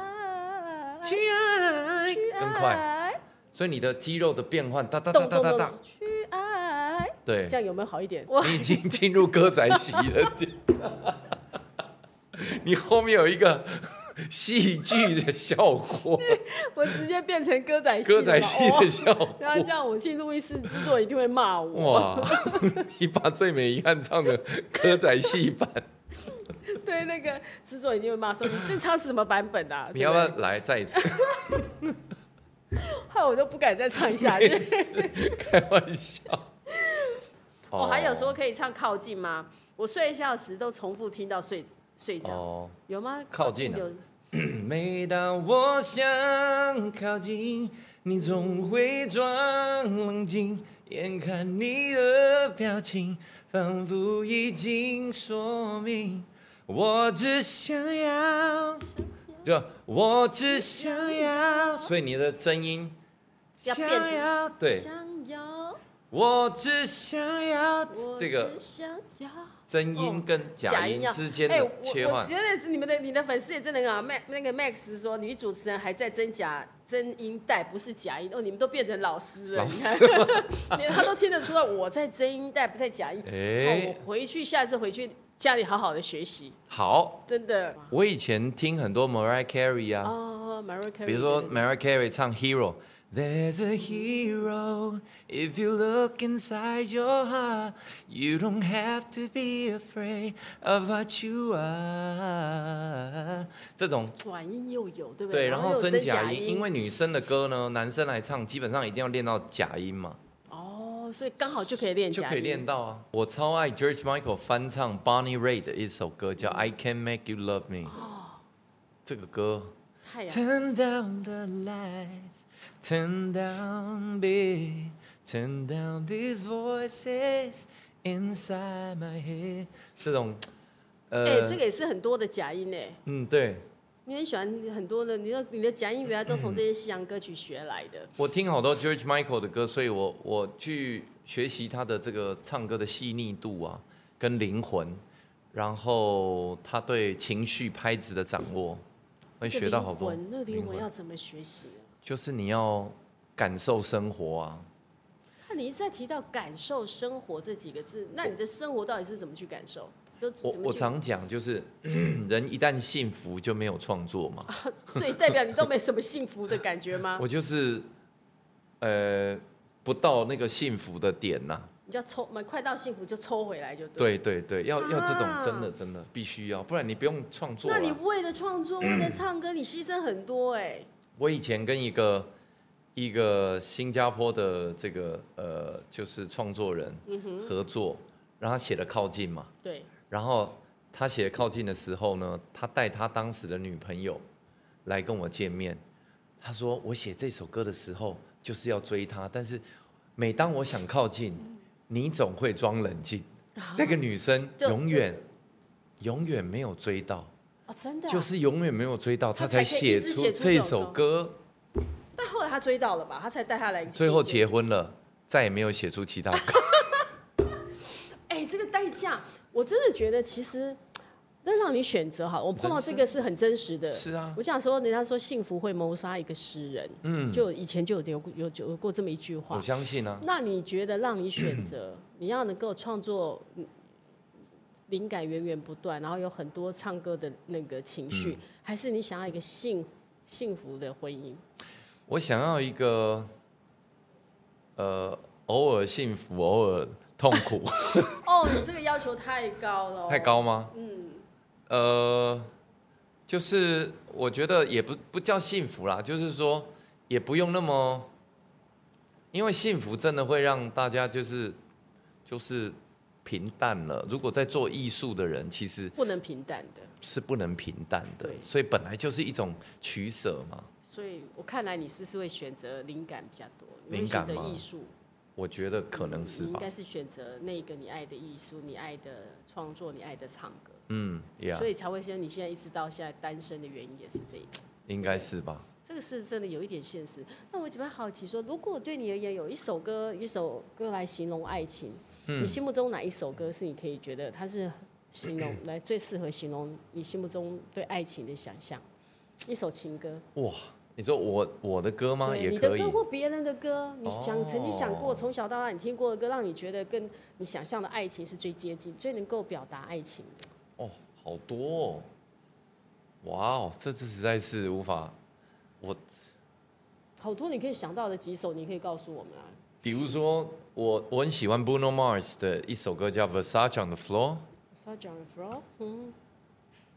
S3: 去爱，
S1: 更快，所以你的肌肉的变换，哒哒哒
S2: 动
S1: 哒
S2: 动
S1: 哒
S2: 动
S1: 哒，
S2: 动，去爱，
S1: 对
S2: 这，样有没有好一点？哇，
S1: 你已经 [LAUGHS] 进入歌仔戏了。你后面有一个戏剧的效
S2: [LAUGHS]
S1: 果，
S2: 我直接变成歌仔戏了
S1: 歌
S2: 嘛，
S1: 仔戏 [LAUGHS]
S2: 哦
S1: 的效果。
S2: 然后这样，我进录音室，制作一定会骂我。
S1: 哇， [LAUGHS] 你把《最美遗憾》唱的歌仔戏 [LAUGHS] 版，
S2: 对，那个制作一定会骂说你这唱什么版本啊？
S1: 你要不
S2: 对
S1: 要
S2: 对
S1: 来再一次？
S2: 害我都不敢再唱下
S1: [LAUGHS]
S2: 去。
S1: 开玩 [LAUGHS] 笑。哦
S2: [LAUGHS] 我还有说可以唱靠近吗？我睡觉时都重复听到睡睡着，
S1: 哦，
S2: 有吗？
S1: 靠近啊
S2: 有
S1: 每当我想靠近，你总会装冷静，眼看你的表情，仿佛已经说明，我只想要，就我只想要，所以你的真音
S2: 要变成
S1: 想要对，
S2: 想要，
S1: 我只想要
S2: 我
S1: 这个
S2: 只想要
S1: 真音跟假音
S2: 要
S1: 之间
S2: 哎
S1: 的
S2: 我
S1: 切
S2: 我
S1: 换
S2: 觉，得你们的你的粉丝也真的很好。Max 那个 Max 说，女主持人还在真假真音带，不是假音哦。你们都变成老师了，
S1: 老
S2: [LAUGHS] 你
S1: 师
S2: 看，连他都听得出来我在真音带，不在假音。
S1: 哎
S2: 好我回去下次回去家里好好的学习，
S1: 好。
S2: 真的。
S1: 我以前听很多 Mariah Carey 啊，
S2: 哦 m a r i a Carey，
S1: 比如说
S2: 对对对
S1: Mariah Carey 唱 Hero。There's a hero if you look inside your heart. You don't have to be afraid of what you are。这种
S2: 转音又有，对不
S1: 对，然
S2: 然
S1: 后
S2: 又有
S1: 真
S2: 真
S1: 假音，
S2: 音，
S1: 因为女生的歌呢，男生来唱基本上一定要练到假音嘛。
S2: 哦，所以刚好就可以练
S1: 就
S2: 假音，
S1: 可以练到啊！我超爱 George Michael 翻唱 Bonnie Raitt 的一首歌，叫《I Can Make You Love Me》。这个歌。
S2: 太阳。
S1: Turn down the lights, turn down me, turn down these voices inside my head。这种，呃，
S2: 哎、这个也是很多的假音哎，
S1: 嗯，对
S2: 你很喜欢很多的，你的你的假音原来都从这些西洋歌曲学来的。
S1: 我听好多 George Michael 的歌，所以我我去学习他的这个唱歌的细腻度啊，跟灵魂，然后他对情绪拍子的掌握，会嗯学到好多。
S2: 那个灵魂那个灵魂要怎么学习呢？
S1: 就是你要感受生活啊，
S2: 看你一直在提到感受生活这几个字，那你的生活到底是怎么去感受？都
S1: 我
S2: 怎么
S1: 我
S2: 去
S1: 常讲，就是嗯人一旦幸福就没有创作
S2: 啊
S1: 嘛。
S2: [LAUGHS] 所以代表你都没什么幸福的感觉吗？
S1: [LAUGHS] 我就是呃不到那个幸福的点呐、
S2: 你就要抽，快到幸福就抽回来就对。
S1: 对对对，要要这种
S2: 啊
S1: 真的真的必须要，不然你不用创作啊
S2: 那
S1: 了。
S2: 你为了创作，为了唱歌，你牺牲很多哎、
S1: 我以前跟一个一个新加坡的这个呃就是创作人
S2: 嗯
S1: 合作，然后他写了《靠近》嘛，
S2: 对，
S1: 然后他写《靠近》的时候呢，他带他当时的女朋友来跟我见面。他说：“我写这首歌的时候就是要追她，但是每当我想靠近，你总会装冷静。这个女生
S2: 啊就
S1: 永远永远没有追到，
S2: 哦，真的啊、
S1: 就是永远没有追到，她
S2: 她才可以
S1: 写
S2: 一直
S1: 出
S2: 写出
S1: 这
S2: 这首
S1: 首歌。
S2: 但后来他追到了吧？他才带他来。
S1: 最后结婚了，再也没有写出其
S2: [LAUGHS]
S1: 他歌。
S2: 哎、这个代价，我真的觉得其实，那让你选择好了。我碰到这个是很真实的。
S1: 是啊
S2: 我想说，人家说幸福会谋杀一个诗人，
S1: 嗯，
S2: 就以前就有有有有过这么一句话
S1: 我。相信啊，
S2: 那你觉得让你选择，你要能够创作，嗯灵感源源不断，然后有很多唱歌的那个情绪，
S1: 嗯
S2: 还是你想要一个幸幸福的婚姻？
S1: 我想要一个，呃，偶尔幸福，偶尔痛苦，
S2: 哦，你这个要求太高了，哦
S1: 太。高吗？
S2: 嗯，
S1: 呃，就是我觉得也不不叫幸福啦，就是说也不用那么，因为幸福真的会让大家就是就是平淡了。如果在做艺术的人，其实
S2: 不能平淡的。
S1: 是不能平淡的
S2: 对，
S1: 所以本来就是一种取舍嘛。
S2: 所以我看来你是是会选择灵感比较多，你会
S1: 灵
S2: 选
S1: 感
S2: 择
S1: 吗
S2: 艺术，
S1: 我觉得可能是
S2: 你应
S1: 吧
S2: 该，是选择那个你爱的艺术、你爱的创作、你爱的唱歌，
S1: 嗯，呀
S2: 所，以才会说你现在一直到现在单身的原因也是这一个。
S1: 应该是吧。
S2: 这个是真的有一点现实。那我这边好奇说，如果对你而言有一首歌，一首歌来形容爱情，
S1: 嗯
S2: 你心目中哪一首歌是你可以觉得它是
S1: [CLEARS THROAT]
S2: 形容来最适合形容你心目中对爱情的想象？一首情歌，
S1: 嗯哇，你说我我的歌吗？
S2: 对
S1: 也
S2: 你的
S1: 可以
S2: 歌。或别人的歌，你想、
S1: 哦
S2: 曾经想过从小到大你听过的歌，让你觉得跟你想象的爱情是最接近、最能够表达爱情的。
S1: 哦，好多哦。哇哦，这次实在是无法。我
S2: 好多你可以想到的几首，你可以告诉我们啊。
S1: 比如说，我我很喜欢 Bruno Mars 的一首歌叫《Versace on the Floor》。
S2: s a j a n f r o 嗯，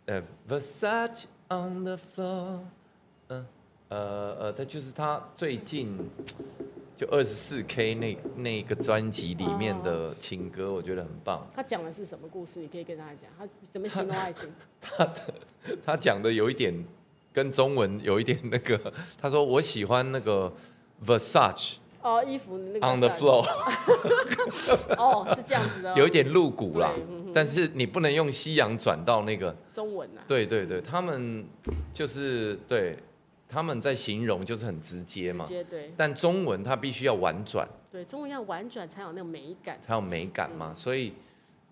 S1: 呃，Versace on the floor，嗯、呃，呃呃，他就是他最近就二十四 K 那那个专辑里面的情歌，我觉得很棒。
S2: 他讲的是什么故事？你可以跟大家讲，他怎么形容
S1: [LAUGHS]
S2: 爱情？
S1: 他的他讲的有一点跟中文有一点那个， [LAUGHS] 他说我喜欢那个 Versace
S2: 哦，衣服那个
S1: on the
S2: 算
S1: floor，
S2: 哦，是这样子的哦、
S1: [LAUGHS] 有一点露骨啦
S2: 对嗯，
S1: 但是你不能用西洋转到那个。
S2: 中文呐、啊，
S1: 对对对，他们就是对他们在形容就是很直接嘛
S2: 直，接对
S1: 但中文它必须要婉转，
S2: 对，中文要婉转才有那个美感。
S1: 才有美感嘛。所以，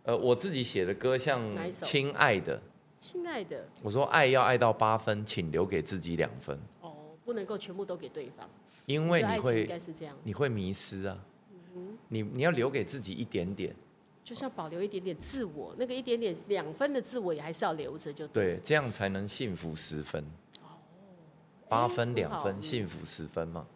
S1: 呃，我自己写的歌像
S2: 嗯哪一
S1: 《
S2: 首
S1: 亲爱的》，
S2: 亲爱的，
S1: 我说爱要爱到八分，请留给自己两分，
S2: 哦，不能够全部都给对方，
S1: 因为
S2: 我觉得
S1: 你
S2: 爱情应
S1: 会
S2: 该是这样，
S1: 你会迷失啊，你你要留给自己一点点，
S2: 就是要保留一点点自我，那个一点点两分的自我也还是要留着，就对。
S1: 对，这样才能幸福十分。八分两
S2: 哦
S1: 分，幸福十分嘛。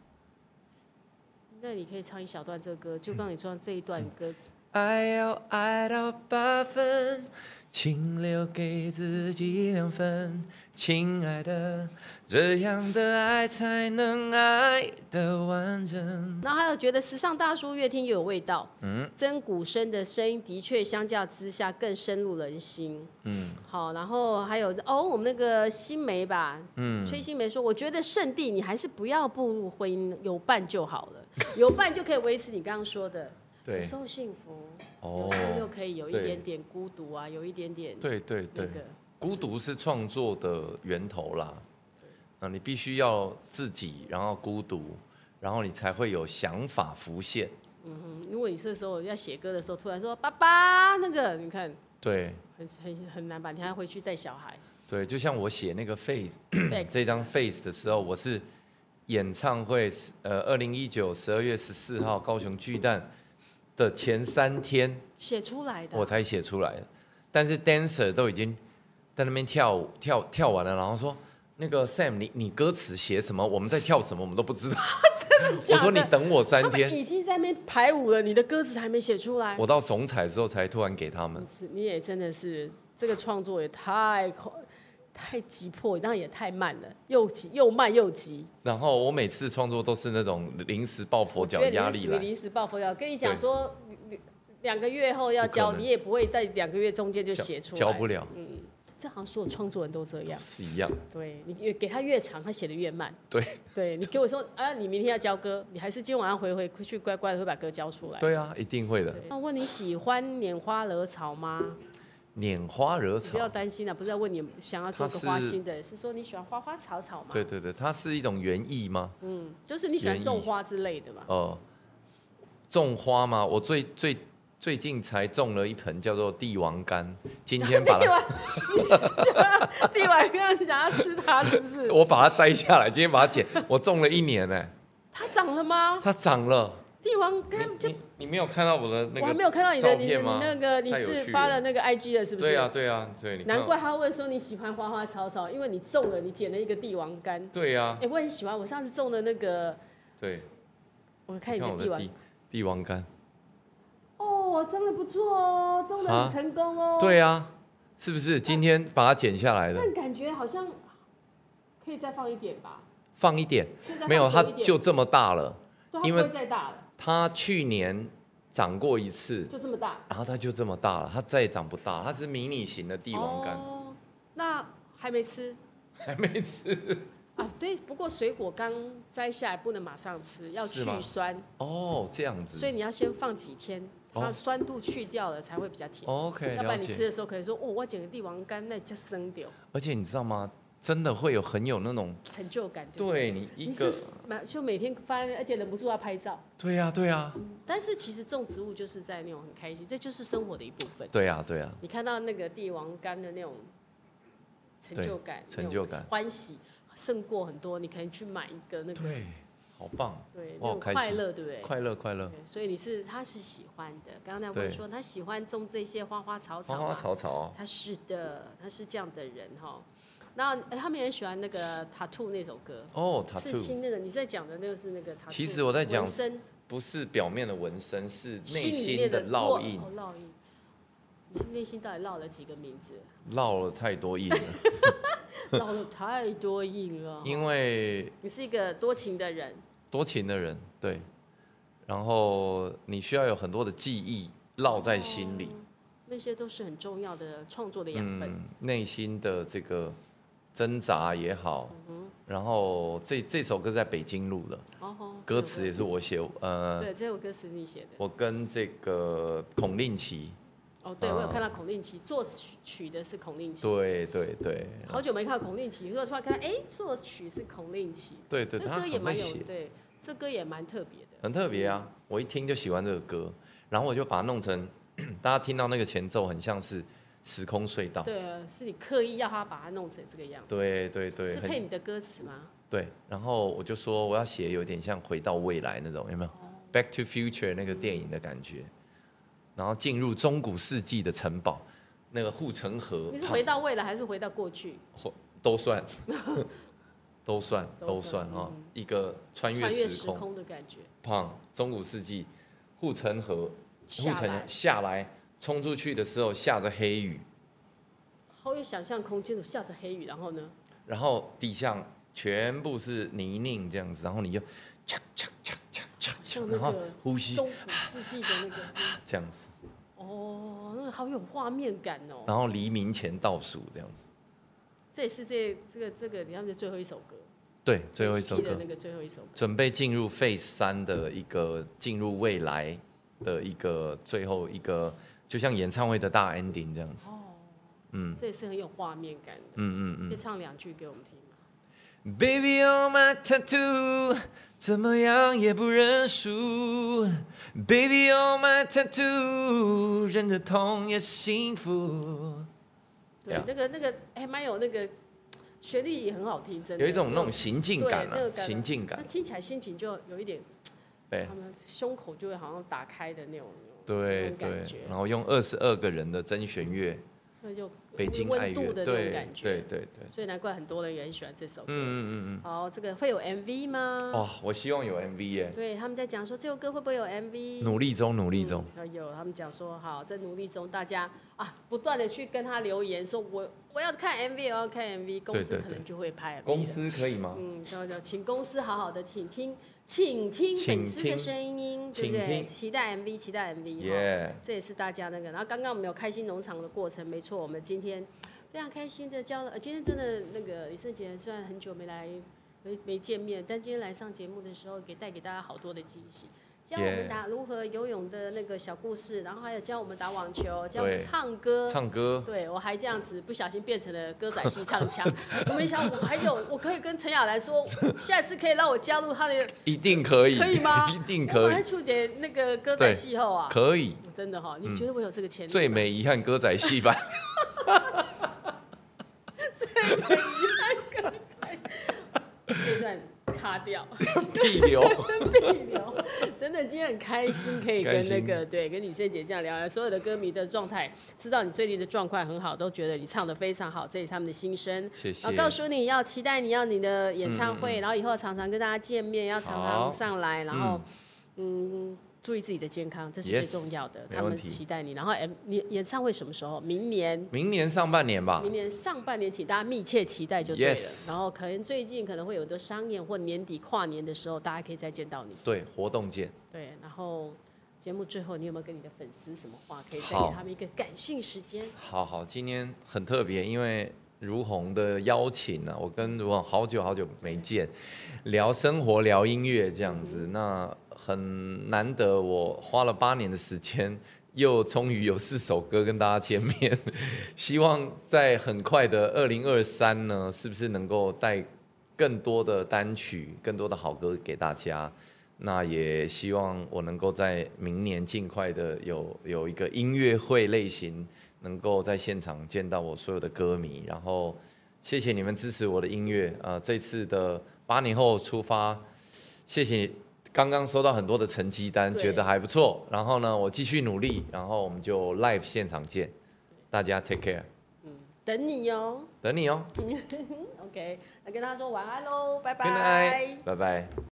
S2: 那你可以唱一小段这个歌，就刚你说这一段歌词，
S1: 爱要爱到八分，请留给自己两分，亲爱的，这样的爱才能爱的完整。
S2: 然后还有觉得时尚大叔越听越有味道，嗯，曾古生的声音的确相较之下更深入人心，
S1: 嗯
S2: 好，然后还有哦，我们那个新梅吧，
S1: 嗯，
S2: 崔新梅说：“我觉得圣地你还是不要步入婚姻，有伴就好
S1: [LAUGHS]
S2: 了，有伴就可以维持你刚刚说的，有
S1: 对
S2: 时候幸福，
S1: 哦
S2: 有时候又可以有一
S1: 对
S2: 点点孤独啊，有一点点
S1: 对对
S2: 那
S1: 对，
S2: 个。
S1: 孤独是创作的源头啦。嗯、你必须要自己，然后孤独，然后你才会有想法浮现。
S2: 嗯，如果你这时候要写歌的时候，突然说‘爸爸’，那个你看
S1: 对
S2: 很很很难吧？你还回去带
S1: [CLEARS THROAT]
S2: 小孩
S1: 对，就像我写那个 face
S2: ，Vex，
S1: 这张 Face 的时候，我是演唱会，呃，二零一九十二月十四号高雄巨蛋的前三天，
S2: 写出来的
S1: 我才写出来的。但是 dancer 都已经在那边跳舞，跳跳完了，然后说那个 Sam，你你歌词写什么？我们在跳什么？我们都不知道。我说你等我三
S2: 他们
S1: 天，
S2: 已经在那边排舞了，你的歌词还没写出来，
S1: 我到总彩之后才突然给他们。
S2: 是你也真的是这个创作也太快、太急迫，然后也太慢了，又急又慢又急。
S1: 然后我每次创作都是那种临时抱佛
S2: 我觉
S1: 脚
S2: 得
S1: 压
S2: 你是
S1: 力
S2: 属于
S1: 来，
S2: 临时抱佛脚，跟你讲
S1: 对
S2: 说你两个月后要
S1: 不可
S2: 交，
S1: 能
S2: 你也不会在两个月中间就
S1: 交
S2: 写出来，嗯
S1: 交不了，
S2: 这好像所有创作人都这样。
S1: 是一样。
S2: 对你越给他越长，他写的越慢。
S1: 对
S2: 对你给我说啊，你明天要交歌，你还是今天晚上回回去乖乖的会把歌交出来。
S1: 对啊，一定会的。
S2: 那问你喜欢拈花惹草吗？
S1: 拈花惹
S2: 不要
S1: 草，
S2: 担心啊，不是在问你想要做个
S1: 它是
S2: 花心的人，是说你喜欢花花草草吗？
S1: 对对对，它是一种园艺吗？
S2: 嗯，就是你喜欢
S1: 园艺
S2: 种花之类的嘛。
S1: 哦、种花吗？我最最最近才种了一盆叫做帝王柑，今
S2: [LAUGHS]
S1: 天把
S2: 地
S1: 它
S2: 板，你 [LAUGHS] 地板刚刚想要吃它是不是？
S1: 我把它摘下来，今天把它剪，我种了一年呢、
S2: 它长了吗？
S1: 它长了。
S2: 帝王
S1: 你
S2: 刚这
S1: 你你没有看到我的那个？
S2: 啊我还没有看到你的，
S1: 照
S2: 你的
S1: 片
S2: 你
S1: 吗？
S2: 那个你
S1: 太有
S2: 是
S1: 趣
S2: 发
S1: 了
S2: 的那个 IG 的，是不是？
S1: 对啊，对啊，对，你看
S2: 难怪他问说你喜欢花花草草，因为你种了，你捡了一个帝王柑。
S1: 对啊
S2: 哎、，我很喜欢，我上次种的那个，
S1: 对，
S2: 我看
S1: 你
S2: 你
S1: 看
S2: 的
S1: 我
S2: 帝
S1: 的
S2: 王，
S1: 帝帝王柑，
S2: 哦，种的不错哦，种的
S1: 啊
S2: 很成功哦。
S1: 对啊，是不是？今天把它剪下来的，
S2: 但感觉好像可以再放一点吧，
S1: 放一点，
S2: 可以再
S1: 没有，它
S2: 放久一点
S1: 就这么大了。
S2: 对它
S1: 因为
S2: 不会再大了，
S1: 它去年长过一次，
S2: 就这么大。
S1: 然后它就这么大了，它再也长不大了，它是迷你型的帝王柑，
S2: 哦，那还没吃
S1: [LAUGHS] 还没吃。
S2: 啊？对，不过水果刚摘下来不能马上吃，要
S1: 是
S2: 去
S1: 吗
S2: 酸，
S1: 哦，这样子。
S2: 所以你要先放几天，
S1: 哦
S2: 它酸度去掉了才会比较甜。
S1: OK，
S2: 要不
S1: 了
S2: 然你吃
S1: 解。
S2: 的时候可能说，哦，我捡个帝王柑，那叫生掉，
S1: 而且你知道吗？真的会有很有那种，
S2: 成就感。不
S1: 对你一
S2: 你
S1: 个
S2: 是，买就每天翻，而且忍不住要拍照。
S1: 对呀、对呀、啊
S2: 但是其实种植物就是在那种很开心，这就是生活的一部分。
S1: 对呀、对呀、啊
S2: 你看到那个帝王柑的那种成就感、
S1: 对成就感
S2: 那种欢喜，胜过很多。你可能去买一个那个，
S1: 对，好棒，
S2: 对，
S1: 哇
S2: 那
S1: 好
S2: 种
S1: 开心
S2: 快乐，对不对？
S1: 快乐快乐，
S2: 对所以你是，他是喜欢的。刚刚在问
S1: 对
S2: 说，他喜欢种这些花花草啊
S1: 花
S2: 草
S1: 花
S2: 吗？
S1: 草草，
S2: 他是的，他是这样的人哈。然后呃他们也很喜欢那个《塔兔》那首歌，
S1: 哦
S2: 刺
S1: ，tattoo
S2: 青那个你在讲的那个是那个塔兔。
S1: 其实我在讲
S2: 纹身
S1: 不是表面的纹身，是内
S2: 心里
S1: 心
S2: 面
S1: 的烙印
S2: 哦，，烙印。你内心到底烙了几个名字？
S1: 烙了太多印
S2: [LAUGHS]
S1: 了。
S2: 烙了太多印了。
S1: 因为
S2: 你是一个多情的人，
S1: 多情的人，对。然后你需要有很多的记忆烙在心里，
S2: 那些都是很重要的创作的哦养分。
S1: 嗯，内心的这个挣扎也好。
S2: 嗯
S1: 然后这这首歌在北京录的，
S2: 哦吼，
S1: 歌词也
S2: 是。
S1: 是我写，呃，
S2: 对，这首歌词你写的。
S1: 我跟这个孔令奇，
S2: 哦，对，我有
S1: 嗯
S2: 看到孔令奇作曲曲的是孔令奇。
S1: 对对对，
S2: 好久没看到孔令奇，如果突然看到，哎、作曲是孔令奇，
S1: 对对，
S2: 这
S1: 他
S2: 歌也
S1: 很会
S2: 蛮有
S1: 写，
S2: 对，这歌也蛮特别的。
S1: 很特别啊！我一听就喜欢这个歌，然后我就把它弄成， [CLEARS THROAT] 大家听到那个前奏很像是时空隧道，
S2: 对啊，是你刻意要他把它弄成这个样子，
S1: 对对对，
S2: 是配
S1: 很
S2: 你的歌词吗？
S1: 对。然后我就说我要写有点像回到未来那种，有没有？Back
S2: 哦
S1: to Future 那个电影的感觉，然后进入中古世纪的城堡，那个护城河
S2: 你是
S1: 旁
S2: 回到未来还是回到过去？
S1: 或都
S2: [LAUGHS]
S1: 算，都算，
S2: 都
S1: 都
S2: 算
S1: 算
S2: 嗯
S1: 哈、哦一个穿越
S2: 穿越时
S1: 时空，
S2: 空的感觉，
S1: 胖中古世纪护城河，护
S2: 下
S1: 城
S2: 来
S1: 下来冲出去的时候下着黑雨，
S2: 好有想象空间的，下着黑雨，然后呢？
S1: 然后地上全部是泥泞这样子，然后你就嚓嚓嚓嚓嚓
S2: 像
S1: 嚓，
S2: 那
S1: 然后
S2: 个
S1: 呼吸
S2: 中古世纪的那个，
S1: [LAUGHS] 这样子，
S2: 哦，那个好有画面感哦。
S1: 然后黎明前倒数这样子。
S2: 这也是这这个这个你看的最后一首歌，
S1: 对，最后一首
S2: APP 的
S1: 歌
S2: 那，个最后一首歌。
S1: 准备进入 Phase 三的一个进入未来的一个最后一个，就像演唱会的大 ending 这样子。
S2: 哦，
S1: 嗯
S2: 这也是很有画面感的。
S1: 嗯嗯嗯。
S2: 可以唱两句给我们听吗？
S1: Baby, you're my tattoo，怎么样也不认输。Baby, you're my tattoo，忍着痛也是幸福。
S2: 对
S1: Yeah
S2: 那个那个还蛮有那个旋律也很好听，真的
S1: 有一种那种行进感
S2: 对那个
S1: 啊，
S2: 感
S1: 行进
S2: 那
S1: 感，
S2: 听起来心情就有一点，
S1: 对
S2: 他们胸口就会好像打开的那种那
S1: 对
S2: 种
S1: 对嗯
S2: 感觉。
S1: 然后用二十二个人的甄选乐，
S2: 那就
S1: 北京爱
S2: 温
S1: 乐，
S2: 度的
S1: 对
S2: 那种感
S1: 对
S2: 觉，
S1: 对对，
S2: 所以难怪很多人也很喜欢这首
S1: 嗯
S2: 歌。
S1: 嗯嗯
S2: 好，这个会有 MV 吗
S1: 嗯，？哇，我希望有 MV 耶，
S2: 对，他们在讲说这首歌会不会有 MV？
S1: 努力中努力中，
S2: 嗯有他们讲说，好，在努力中，大家啊，不断的去跟他留言，说我我要看 MV，我要看 MV，公司
S1: 对对
S2: 可能
S1: 对
S2: 就会拍 MV
S1: 公
S2: 了
S1: 司可以吗？
S2: 嗯，就就请公司好好的倾听，请听粉丝的声音，对
S1: 请
S2: 不对？
S1: 听
S2: 期待 MV，期待 MV 哈
S1: 耶，
S2: 这也是大家那个。然后刚刚我们有开心农场的过程，没错，我们今天非常开心的交了。呃今天真的那个李圣杰虽然很久没来，没没见面，但今天来上节目的时候，给带给大家好多的惊喜。教我们
S1: Yeah
S2: 打如何游泳的那个小故事，然后还有教我们打网球，教我们
S1: 对
S2: 唱歌，
S1: 唱歌，
S2: 对，我还这样子不小心变成了歌仔戏
S1: [LAUGHS]
S2: 唱腔。我没想到我还有，我可以跟陈雅兰说，下次可以让我加入她的，
S1: 一定可以，
S2: 可以吗
S1: [LAUGHS] 一定
S2: 我
S1: 可
S2: 还
S1: 以，
S2: 处姐那个歌仔戏后啊，
S1: 可以。
S2: 真的哈、你觉得我有这个潜力？
S1: 嗯最美遗憾歌仔戏
S2: [LAUGHS]
S1: 版，
S2: 这一段卡掉， [LAUGHS]
S1: 必留。
S2: 对流。真的，今天很开心，可以
S1: 开
S2: 跟那
S1: 心
S2: 个对跟李圣杰这样聊聊所有的歌迷的状态，知道你最近的状况很好，都觉得你唱的非常好，这是他们的心声。
S1: 谢谢嗯
S2: 然后告诉你要期待你要你的演唱会，然后以后常常跟大家见面，要常常
S1: 好
S2: 上来，然后嗯注意自己的健康，这是最
S1: Yes，
S2: 重要的。
S1: 没
S2: 他们
S1: 问题
S2: 期待你。然后哎，你演唱会什么时候？明年。
S1: 明年上半年吧
S2: 明，年上半年，请大家密切期待就对了。
S1: Yes
S2: 然后可能最近可能会有的商演或年底跨年的时候，大家可以再见到你。
S1: 对，活动见。
S2: 对，然后节目最后，你有没有跟你的粉丝什么话可以再
S1: 好
S2: 给他们一个感性时间？
S1: 好好，今天很特别，因为如红的邀请啊，我跟如红好久好久没见，聊生活，聊音乐这样子，那很难得，我花了八年的时间。又终于有四首歌跟大家见面，希望在很快的二零二三呢，是不是能够带更多的单曲、更多的好歌给大家？那也希望我能够在明年尽快的有有一个音乐会类型，能够在现场见到我所有的歌迷。然后谢谢你们支持我的音乐，呃，这次的八年后出发，谢谢你。刚刚收到很多的成绩单，
S2: 对
S1: 觉得还不错。然后呢，我继续努力，然后我们就 live 现场见，大家 take care。
S2: 嗯，等你哦。
S1: 等你哦
S2: OK，那跟大家说晚安喽，拜拜。
S1: ，Good night，拜拜。